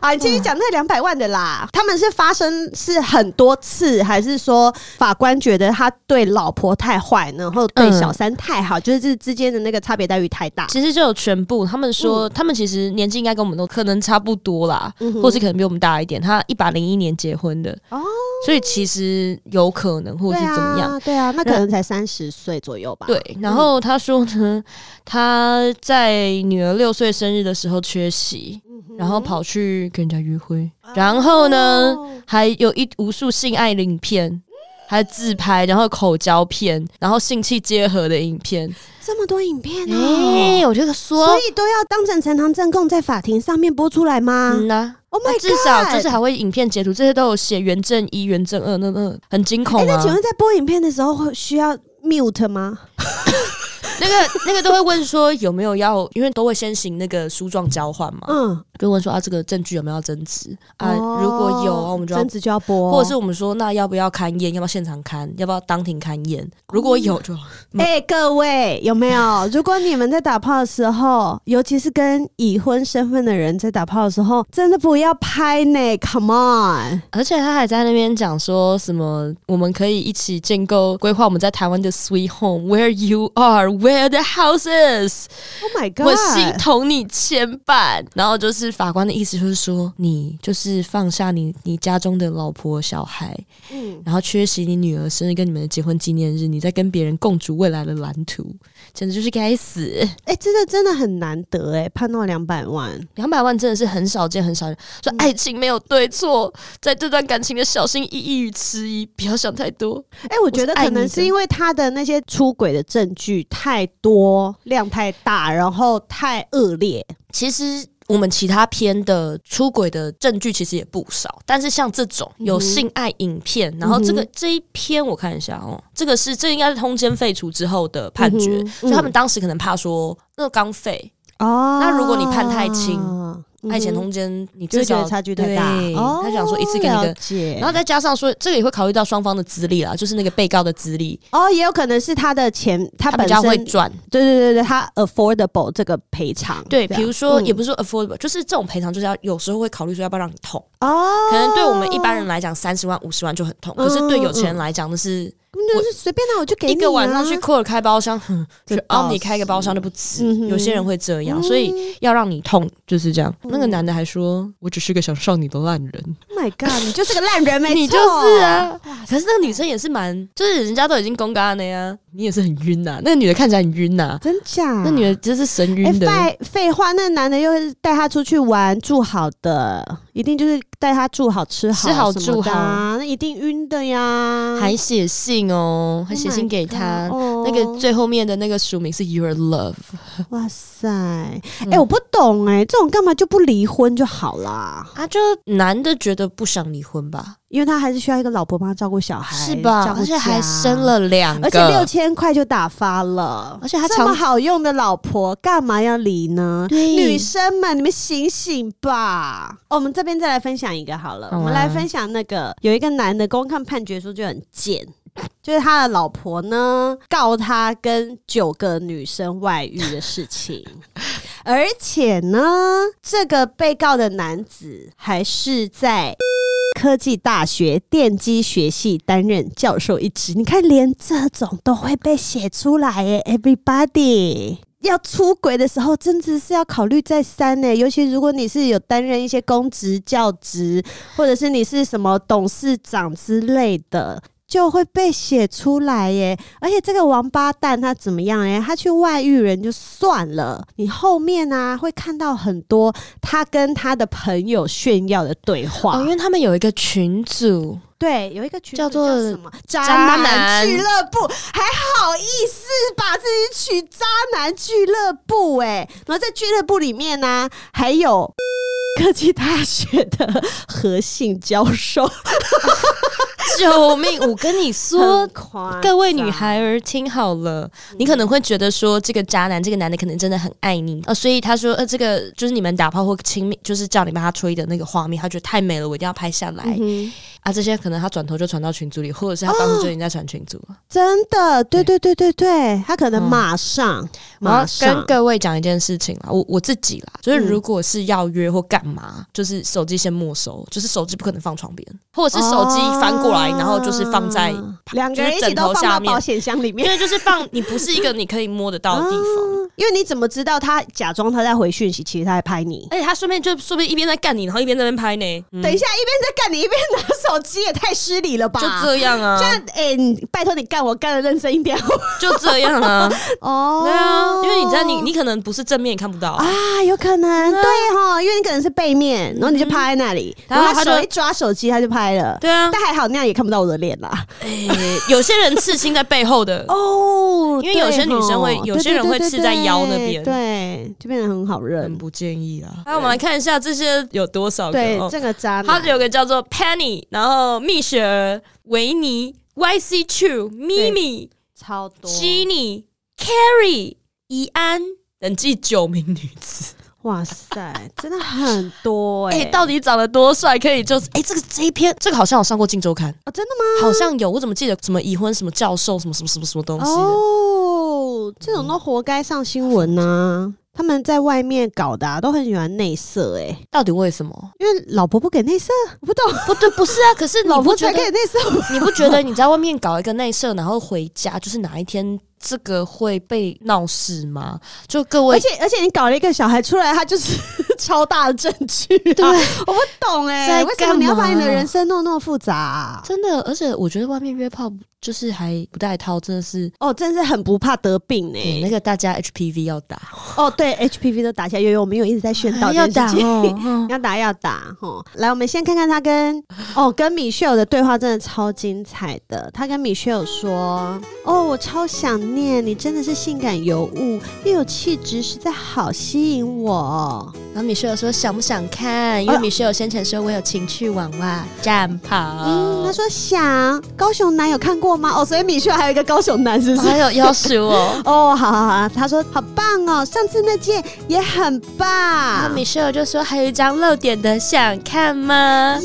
S1: 啊，你继续讲那两百万的啦。他们是发生是很多次，还是说法官觉得他对老婆太坏，然后对
S2: 嗯
S1: 小三太好，就是这之间的那个差别待遇太大？
S2: 其实就有全部，他们说、他们其实年纪应该跟我们都可能差不多啦，
S1: 嗯哼
S2: 或是可能比我们大一点。他一百零一年结婚的，
S1: 哦
S2: 所以其实有可能或
S1: 对
S2: 是怎么样。
S1: 啊？对啊，那可能才三十岁左右吧。
S2: 对，啊然后他说呢，他在女儿六岁生日的时候缺席，
S1: 嗯哼，
S2: 然后跑去跟人家约会，然后呢，
S1: 哦
S2: 还有一无数性爱的影片，还有自拍，然后口交片，然后性器结合的影片。
S1: 这么多影片
S2: 哎、
S1: 哦，
S2: 我就说
S1: 所，以都要当成呈堂证供在法庭上面播出来吗
S2: 嗯呐、
S1: ？Oh my
S2: 那
S1: god！
S2: 至少就是还会影片截图，这些都有写原证一、原证二，那那很惊
S1: 哎，
S2: 恐
S1: 那
S2: 啊
S1: 请。问在播影片的时候会需要 mute 吗？
S2: 那个那个都会问说有没有要，因为都会先行那个书状交换嘛，
S1: 嗯，
S2: 就问说啊这个证据有没有要增值啊？
S1: 哦
S2: 如果有啊，我们就要
S1: 争。执就要播，
S2: 或者是我们说，那要不要勘验？要不要现场勘？要不要当庭勘验？如果有就
S1: 哎、各位有没有？ 如果你们在打炮的时候，尤其是跟已婚身份的人在打炮的时候，真的不要拍呢！Come on，
S2: 而且他还在那边讲说什么，我们可以一起建构规划我们在台湾的 Sweet Home，Where you are，Where the house is。
S1: Oh my
S2: 我心
S1: God！
S2: 同你牵绊。然后就是法官的意思就是说，你就是放下你你家中的老婆小孩，
S1: 嗯，
S2: 然后缺席你女儿生日跟你们的结婚纪念日，你在跟别人共筑未来的蓝图，简直就是该死！
S1: 哎、真的真的很难得哎、判到两百万，
S2: 两百万真的是很少见很少见，说爱情没有对错，在这段感情的小心翼翼与迟疑，不要想太多。
S1: 哎、我觉得
S2: 我是爱
S1: 可
S2: 你的
S1: 能是因为他的那些出轨的证据太多，量太大，然后太恶劣，
S2: 其实我们其他篇的出轨的证据其实也不少，但是像这种有性爱影片，然后这
S1: 嗯
S2: 个、这一篇我看一下哦，这个是这应该是通奸废除之后的判决，
S1: 嗯哼
S2: 所以他们当时可能怕说那个刚废，
S1: 哦
S2: 那如果你判太轻
S1: 嗯哼
S2: 爱前通奸，你
S1: 就
S2: 至
S1: 觉
S2: 少
S1: 得差距太大，
S2: 对
S1: 哦
S2: 他想说一次给你
S1: 了
S2: 个。
S1: 解
S2: 然后再加上说，这个也会考虑到双方的资历啦，就是那个被告的资历，
S1: 哦，也有可能是他的钱，他
S2: 他比
S1: 本
S2: 较
S1: 身
S2: 会赚。
S1: 对对对对，他 affordable 这个赔偿，
S2: 对，
S1: 这
S2: 比
S1: 样
S2: 如说、
S1: 嗯
S2: 也不是说 affordable，就是这种赔偿，就是要有时候会考虑说要不要让你痛。
S1: 哦，
S2: 可能对我们一般人来讲，三十万、五十万就很痛，可是对有钱人来讲，那是
S1: 那就是随便拿我就给你
S2: 一
S1: 啊
S2: 个晚上去 Core 开包厢，哼去
S1: 这倒
S2: Omni 开个包厢都不
S1: 嗯
S2: 止。
S1: 哼
S2: 有些人会这样，
S1: 嗯
S2: 所以要让你痛就是这样。那个男的还说：“我只是个想上你的烂人。
S1: ，Oh my god，你就是个烂人，没错，
S2: 你就是啊。可是那个女生也是蛮，就是人家都已经公干了呀，嗯你也是很晕呐。那个女的看起来很晕呐，
S1: 真假？
S2: 那女的就是神
S1: 哎，
S2: 晕的。
S1: 废废话，那男的又是带他出去玩，住好的，一定就是带他住好、吃好、
S2: 吃好
S1: 住
S2: 住好
S1: 啊那一定晕的呀，
S2: 还写信哦，还写信给他。
S1: Oh my
S2: 那
S1: god，
S2: 个
S1: 哦
S2: 最后面的那个署名是 Your Love，
S1: 哇塞，哎、
S2: 嗯
S1: 我不懂哎、这种干嘛就不离婚就好啦？
S2: 啊，就男的觉得不想离婚吧，
S1: 因为他还是需要一个老婆帮他照顾小孩，
S2: 是吧
S1: 照？顾
S2: 而且还
S1: 家
S2: 生，了两个，
S1: 而且六千块就打发了，
S2: 而且他
S1: 这么
S2: 常
S1: 好用的老婆，干嘛要离呢？
S2: 对
S1: 女生们，你们醒醒吧！哦，我们这边再来分享一个好了，
S2: 好啊
S1: 我们来分享那个有一个男的光看判决书就很贱。就是他的老婆呢，告他跟九个女生外遇的事 情，而且呢，这个被告的男子还是在科技大学电机学系担任教授一职。你看，连这种都会被写出来耶，everybody。要出轨的时候，真的是要考虑再三呢。尤其如果你是有担任一些公职、教职，或者是你是什么董事长之类的，就会被写出来耶。而且这个王八蛋他怎么样哎？他去外遇人就算了，你后面呢、会看到很多他跟他的朋友炫耀的对话。
S2: 哦，因为他们有一个群 组，
S1: 对，有一个群组
S2: 叫做
S1: 什么“渣
S2: 渣
S1: 男
S2: 男
S1: 俱乐部”，还好意思把自己取“渣男俱乐部、哎，然后在俱乐部里面呢、还有科技大学的何姓教授，
S2: 救命！我跟你说
S1: 很，夸张
S2: 各位女，孩儿听好了，你可能会觉得说这个渣男，这个男的可能真的很爱你，呃，所以他说，呃，这个就是你们打炮或亲密，就是叫你帮他吹的那个画面，他觉得太美了，我一定要拍下来、
S1: 嗯哼
S2: 啊。这些可能他转头就传到群组里，或者是他当时就已经在传群组了。
S1: 真的，对对对对对，他可能
S2: 嗯
S1: 马上、
S2: 我要
S1: 马上
S2: 跟各位讲一件事情啦，我我自己啦，就是如果是要约或干嘛，就是手机先没收，就是手机不可能放床边，或者是手机翻过来，然后就是放在
S1: 哦两个
S2: 就是
S1: 人一起
S2: 枕
S1: 都
S2: 头
S1: 放
S2: 下
S1: 到
S2: 面
S1: 保险箱里
S2: 因
S1: 面，
S2: 为就是放你不是一个你可以摸得到的地 方，
S1: 因为你怎么知道他假装他在回讯息，其实他在拍你？
S2: 哎而且他顺便就说不定一边在干你，然后一边在那边拍呢，嗯
S1: 等一下，一边在干你，一边拿手机，也太失礼了吧？
S2: 就这样啊
S1: 这，样，哎、你拜托你干我干的认真一点
S2: 就这样 啊，
S1: 哦。
S2: 对啊，因为你在你你可能不是正面你看不到啊，
S1: 啊，有可能对哈，因为你可能是背面，然后你就趴在那里，
S2: 然
S1: 然
S2: 后
S1: 后他
S2: 他就
S1: 手一抓手机，他就拍了。
S2: 对啊
S1: 但，还好那样也看不到我的脸啦。
S2: 诶有些人刺青在背后 的，
S1: 哦
S2: 因为有些女生会
S1: 对吼
S2: 有些人会刺在腰那
S1: 对对
S2: 边
S1: 对对，就变得很好认
S2: 很。不建议啦。那我们来看一下这些有多少个
S1: 对，
S2: 哦
S1: 这个渣
S2: 它
S1: 男
S2: 有个叫做 Penny，然后蜜雪儿、维尼、YC Chu、咪咪、
S1: 超多
S2: Jenny、Carrie、怡安等计九名女子。
S1: 哇塞，真的很多
S2: 哎、
S1: 哎。
S2: 到底长得多帅，可以就是哎、这个这一篇，这个好像有上过《镜周刊》，
S1: 哦，真的吗？
S2: 好像有，我怎么记得什么已婚什么教授什么什么什么什么东西的？
S1: 哦，这种
S2: 嗯
S1: 都活该上新闻呐。他们在外面搞的啊都很喜欢内射哎，
S2: 到底为什么？
S1: 因为老婆不给内射，我不懂，
S2: 不对，不是 啊，可是你
S1: 老
S2: 不
S1: 婆
S2: 觉
S1: 才
S2: 得
S1: 可以内射。
S2: 你不觉得你在外面搞一个内射，然后回家，就是哪一天这个会被闹事吗？就各
S1: 而
S2: 位，
S1: 且而且你搞了一个小孩出来，他就是 超大的证据、啊。对，我不懂哎、
S2: 在
S1: 为什么你要把
S2: 干嘛
S1: 你的人生弄得那么复杂啊、
S2: 真的，而且我觉得外面约炮就是还不带套，真的是。
S1: 哦，真是很不怕得病哎、
S2: 欸、那个大家 HPV 要打，
S1: 哦，对，HPV 都打起来，悠悠，我们有一直在宣导这
S2: 要
S1: 件
S2: 打
S1: 事情。
S2: 哦，嗯
S1: 要打要打吼！来，我们先看看他跟哦跟米秀的对话，真的超精彩的。他跟米秀说：“哦，我超想念你，真的是性感尤物，又有气质，实在好吸引我哦。
S2: 然后米秀说想不想看？因为米秀先前说我有情趣网袜战袍，
S1: 嗯，他说想高雄男有看过吗？哦，所以米秀还有一个高雄男，是不
S2: 我
S1: 是？
S2: 还有要 求哦。
S1: 哦，好好好，他说好棒哦，上次那件也很
S2: 然后
S1: 棒，
S2: 米秀就说还有一张露点的，想看吗？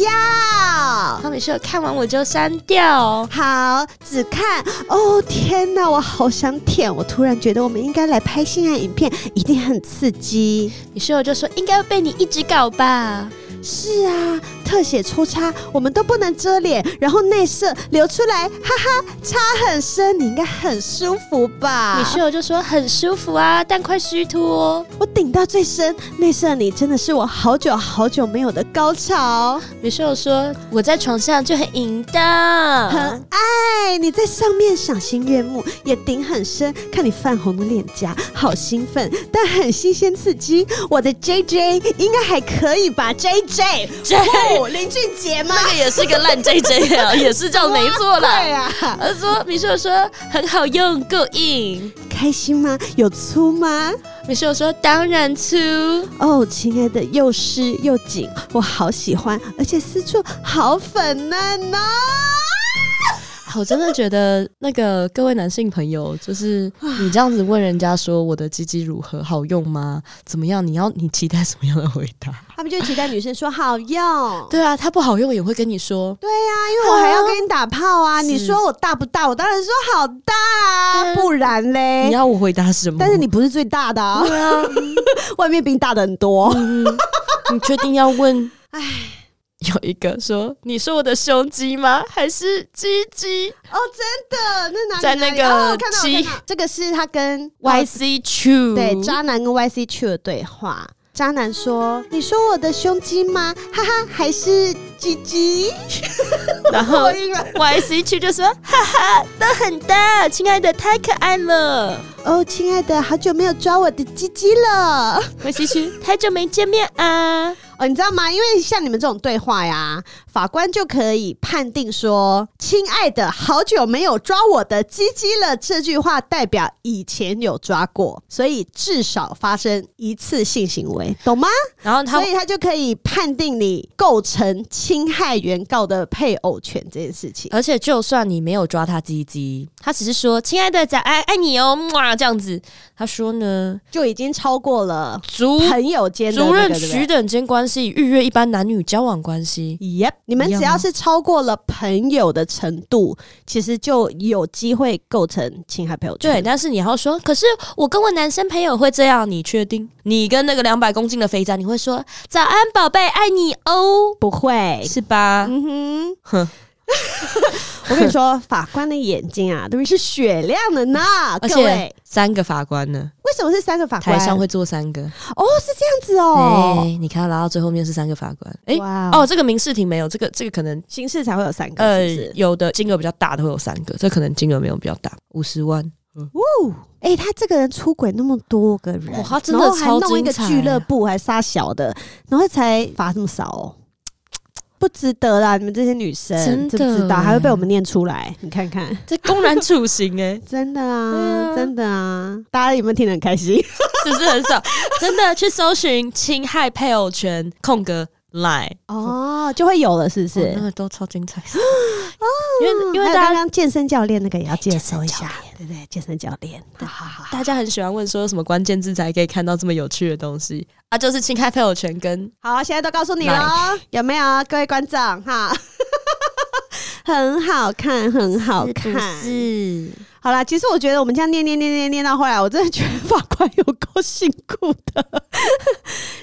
S1: 要
S2: 然后米秀看完我就删掉。
S1: 好只看哦，天哪，我好想舔，我突然觉得我们应该来拍性爱影片，一定很刺激。
S2: 米秀就说应该被你一直搞吧。
S1: 是啊，特写抽插我们都不能遮脸，然后内射流出来，哈哈，插很深，你应该很舒服吧？
S2: 米秀就说很舒服啊，但快虚脱哦。
S1: 我顶到最深，内射你真的是我好久好久没有的高潮，
S2: 米秀说我在床上就很淫荡，
S1: 很爱你在上面赏心悦目，也顶很深，看你泛红的脸颊，好兴奋，但很新鲜刺激。我的 J J 应该还可以吧？J J，哦，林俊杰 吗？
S2: 那个也是个烂 J J 啊，也是叫没错
S1: 对
S2: 啦。
S1: 啊，
S2: 他说米秀说很好用，够硬。
S1: 开心吗？有粗吗？
S2: 米秀说当然粗。啊
S1: 哦，亲爱的，又湿又紧，我好喜欢，而且私处好粉嫩哦。
S2: 我真的觉得那个各位男性朋友，就是你这样子问人家说我的鸡鸡如何好用吗？怎么样？你要你期待什么样的回答？
S1: 他们就期待女生说好用，
S2: 对啊，他不好用也会跟你说
S1: 对呀、因为我还要跟你打炮啊！
S2: 啊是
S1: 你说我大不大？我当然说好大啊，
S2: 嗯
S1: 不然嘞
S2: 你。要我回答什么？
S1: 但是你不是最大的、啊，
S2: 对啊，
S1: 外面比你大的很 多。
S2: 嗯，你确定要 问？哎，有一个说，你说我的胸肌吗？还是鸡鸡
S1: 哦，真的，那哪里
S2: 在
S1: 哪里
S2: 那个
S1: 哦我看到我
S2: 七哦嗯
S1: 看到这个是他跟 Y
S2: ？YC True，
S1: 对渣男跟 YC 去的对话。渣男说：“你说我的胸肌吗？哈哈，还是鸡鸡？
S2: 然后
S1: 破音了。
S2: YC True 就说，哈哈，都很大，亲爱的，太可爱了。
S1: 哦，亲爱的，好久没有抓我的鸡鸡了。
S2: YC True，太久没见面啊，
S1: 哦，哦，你知道吗？因为像你们这种对话呀，法官就可以判定说：“亲爱的，好久没有抓我的鸡鸡了。”这句话代表以前有抓过，所以至少发生一次性行为，懂吗？
S2: 然后他
S1: 所以他就可以判定你构成侵害原告的配偶权这件事情。
S2: 而且就算你没有抓他鸡鸡，他只是说“亲爱的，早安，爱你哦”，哇，这样子。他说呢，
S1: 就已经超过了
S2: 足
S1: 朋友间的、那
S2: 足
S1: 个、
S2: 任
S1: 对不对
S2: 取等间关系逾越一般男女交往关系。
S1: Yep，你们
S2: 一样
S1: 只要
S2: 吗
S1: 是超过了朋友的程度，其实就有机会构成侵害配偶
S2: 对，
S1: 权。
S2: 但是你还要说，可是我跟我男生朋友会这样，你确定？你跟那个两百公斤的肥宅，你会说“早安，宝贝，爱你哦
S1: 不”，会。
S2: 是吧？
S1: 嗯哼
S2: 哼，
S1: 我跟你说，法官的眼睛啊，都是雪亮的呢。
S2: 而
S1: 各位
S2: 且，三个法官呢，
S1: 为什么是三个法官？
S2: 台上会坐三个。哎
S1: 哦，是这样子哦。
S2: 对，你看拉到最后面是三个法官。哎、
S1: 哇
S2: 哦，，这个民事庭没有，这个这个可能
S1: 刑事才会有三个，
S2: 呃
S1: 是不是？
S2: 有的金额比较大的会有三个，这可能金额没有比较大，五十万。
S1: 哎、他这个人出轨那么多个人，
S2: 哇他真的
S1: 然后还
S2: 超
S1: 弄一个
S2: 精彩
S1: 俱乐部，还杀小的，然后才罚这么少、哦，不值得啦！你们这些女生
S2: 真
S1: 知
S2: 的
S1: 不知道？
S2: 欸
S1: 还会被我们念出来，你看看，
S2: 这公然处刑哎、
S1: 真的啊，
S2: 对啊
S1: 真的啊！大家有没有听得很开心？
S2: 是不是很少？ 真的去搜寻侵害配偶权空格 line，
S1: 哦，就会有了，是不是？
S2: 哦那个都超精彩。因为因为
S1: 还有
S2: 大
S1: 刚
S2: 家
S1: 刚健身教练那个也要介绍一
S2: 健身
S1: 下，对不对？健身教练，好好好。
S2: 大家很喜欢问说有什么关键字才可以看到这么有趣的东西啊？就是侵害配偶权跟
S1: 好，现在都告诉你了，有没有各位观众哈？ 很好看，很好看。
S2: 是
S1: 好啦，其实我觉得我们这样念念念念念到后来，我真的觉得法官有够辛苦的。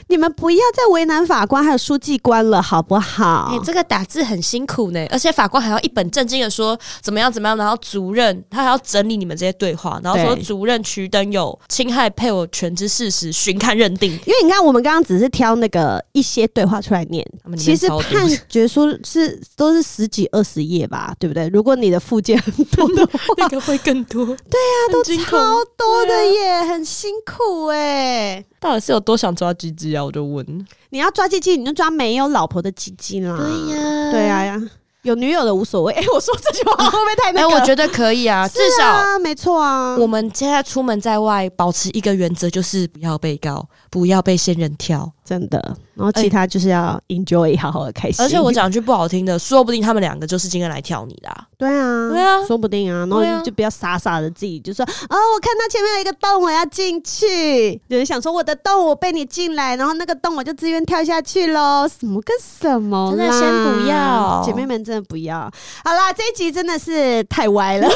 S1: 你们不要再为难法官还有书记官了，好不好？
S2: 哎、这个打字很辛苦呢，而且法官还要一本正经的说怎么样怎么样，然后主任他还要整理你们这些对话，然后说
S1: 对
S2: 主任取登有侵害配偶权之事实，寻看认定。
S1: 因为你看，我们刚刚只是挑那个一些对话出来念
S2: 他，们里
S1: 其
S2: 面
S1: 实
S2: 超多
S1: 判决书是都是十几二十页吧，对不对？如果你的附件很多的话，
S2: 那个会更多，对啊，
S1: 都超多的耶，很辛苦哎、
S2: 到底是有多想抓鸡鸡啊？我就问，
S1: 你要抓鸡鸡，你就抓没有老婆的鸡鸡啦。
S2: 对呀、
S1: 对啊呀，有女友的无所谓。哎、我说这句话会不会太
S2: 哎、
S1: 那个？
S2: 我觉得可以啊，至
S1: 是
S2: 少
S1: 啊，没错啊。
S2: 我们现在出门在外，保持一个原则，就是不要被告，不要被仙人跳。
S1: 真的，然后其他就是要 enjoy，好好的开心。
S2: 而且我讲句不好听的，说不定他们两个就是今天来跳你的啊、
S1: 对啊，
S2: 对啊
S1: 说不定啊，然后
S2: 对啊
S1: 就就不要傻傻的自己就说，哦，我看到前面有一个洞，我要进去。有人想说我的洞我被你进来，然后那个洞我就自愿跳下去喽，什么跟什么啦，
S2: 真的先不要
S1: 姐妹们真的不要。好啦，这一集真的是太歪 了，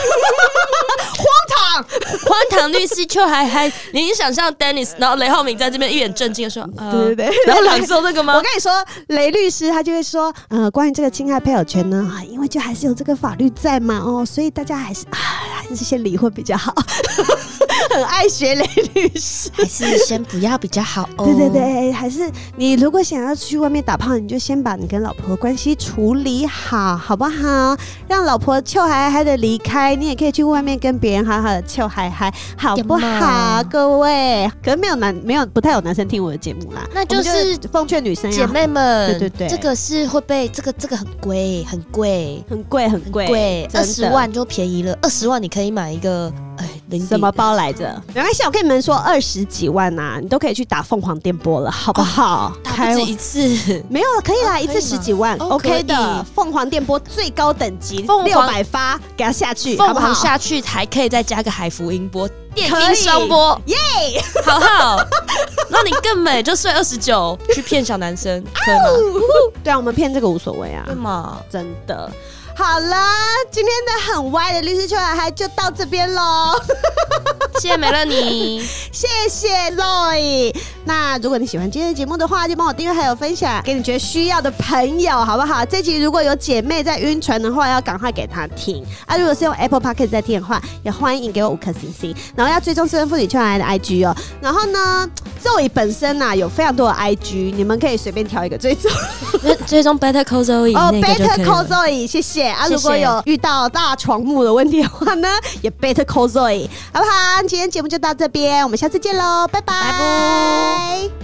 S2: 荒唐律师就还还，你已经想象 Dennis，然后雷浩明在这边一脸正经的说，呃、
S1: 对对对。
S2: 然后朗诵那个
S1: 我
S2: 吗？
S1: 跟你说，雷律师他就会说，呃，关于这个侵害配偶权呢，啊，因为就还是有这个法律在嘛，哦，所以大家还是啊，还是先离婚比较好。 很爱学雷律师，
S2: 还是先不要比较好哦
S1: 对对，对，还是你如果想要去外面打炮，你就先把你跟老婆的关系处理好，好不好？让老婆臭嗨嗨的离开，你也可以去外面跟别人好好的臭嗨嗨，好不
S2: 有
S1: 好
S2: 嘛？
S1: 各位，可能没有男没有不太有男生听我的节目啦，
S2: 那就
S1: 我们
S2: 是
S1: 奉劝女生要
S2: 姐妹们，
S1: 对对对
S2: 这个是会被这个这个很贵，很贵，
S1: 很贵很贵
S2: 贵，
S1: 真
S2: 二
S1: 的
S2: 十万就便宜了，二十万你可以买一个，哎，零点
S1: 什么包来着？没关系，我跟你们说，二十几万呐、你都可以去打凤凰电波了，好不好？
S2: 打不止一次。
S1: 没有，可以啦，一
S2: 可
S1: 次
S2: 以吗
S1: 十几万
S2: 哦
S1: ，OK
S2: 可
S1: 的
S2: 以。
S1: 凤凰电波最高等级
S2: 凤
S1: 六
S2: 凰
S1: 百发，给它下去，好
S2: 凤
S1: 不
S2: 凰
S1: 好？
S2: 下去还可以再加个海福音波，电
S1: 可以
S2: 音双波，耶，好不好？让你更美，就睡二十九，去骗小男 生，可以吗？
S1: 对啊，我们骗这个无所谓啊
S2: 对，嘛？
S1: 真的。好啦，今天的很歪的律师圈还就到这边喽。
S2: 谢谢美乐你，
S1: 谢谢 Zoe。那如果你喜欢今天的节目的话，就帮我订阅还有分享给你觉得需要的朋友，好不好？这集如果有姐妹在晕船的话，要赶快给她听啊！如果是用 Apple Podcast 在听的话，也欢迎给我五颗星星，然后要追踪私人妇女圈来的 IG 哦。然后呢，Zoe 本身呐、有非常多的 IG，你们可以随便挑一个追踪。
S2: 最终 Better Call Zoe
S1: 哦、
S2: 那
S1: b e
S2: 个
S1: t t e
S2: 就可
S1: r
S2: 以
S1: Call
S2: 了。
S1: Zoe，谢谢啊！
S2: 谢谢
S1: 如果有遇到大床木的问题的话呢， 也 Better Call Zoe，好不好？今天节目就到这边，我们下次见喽，拜拜。
S2: 拜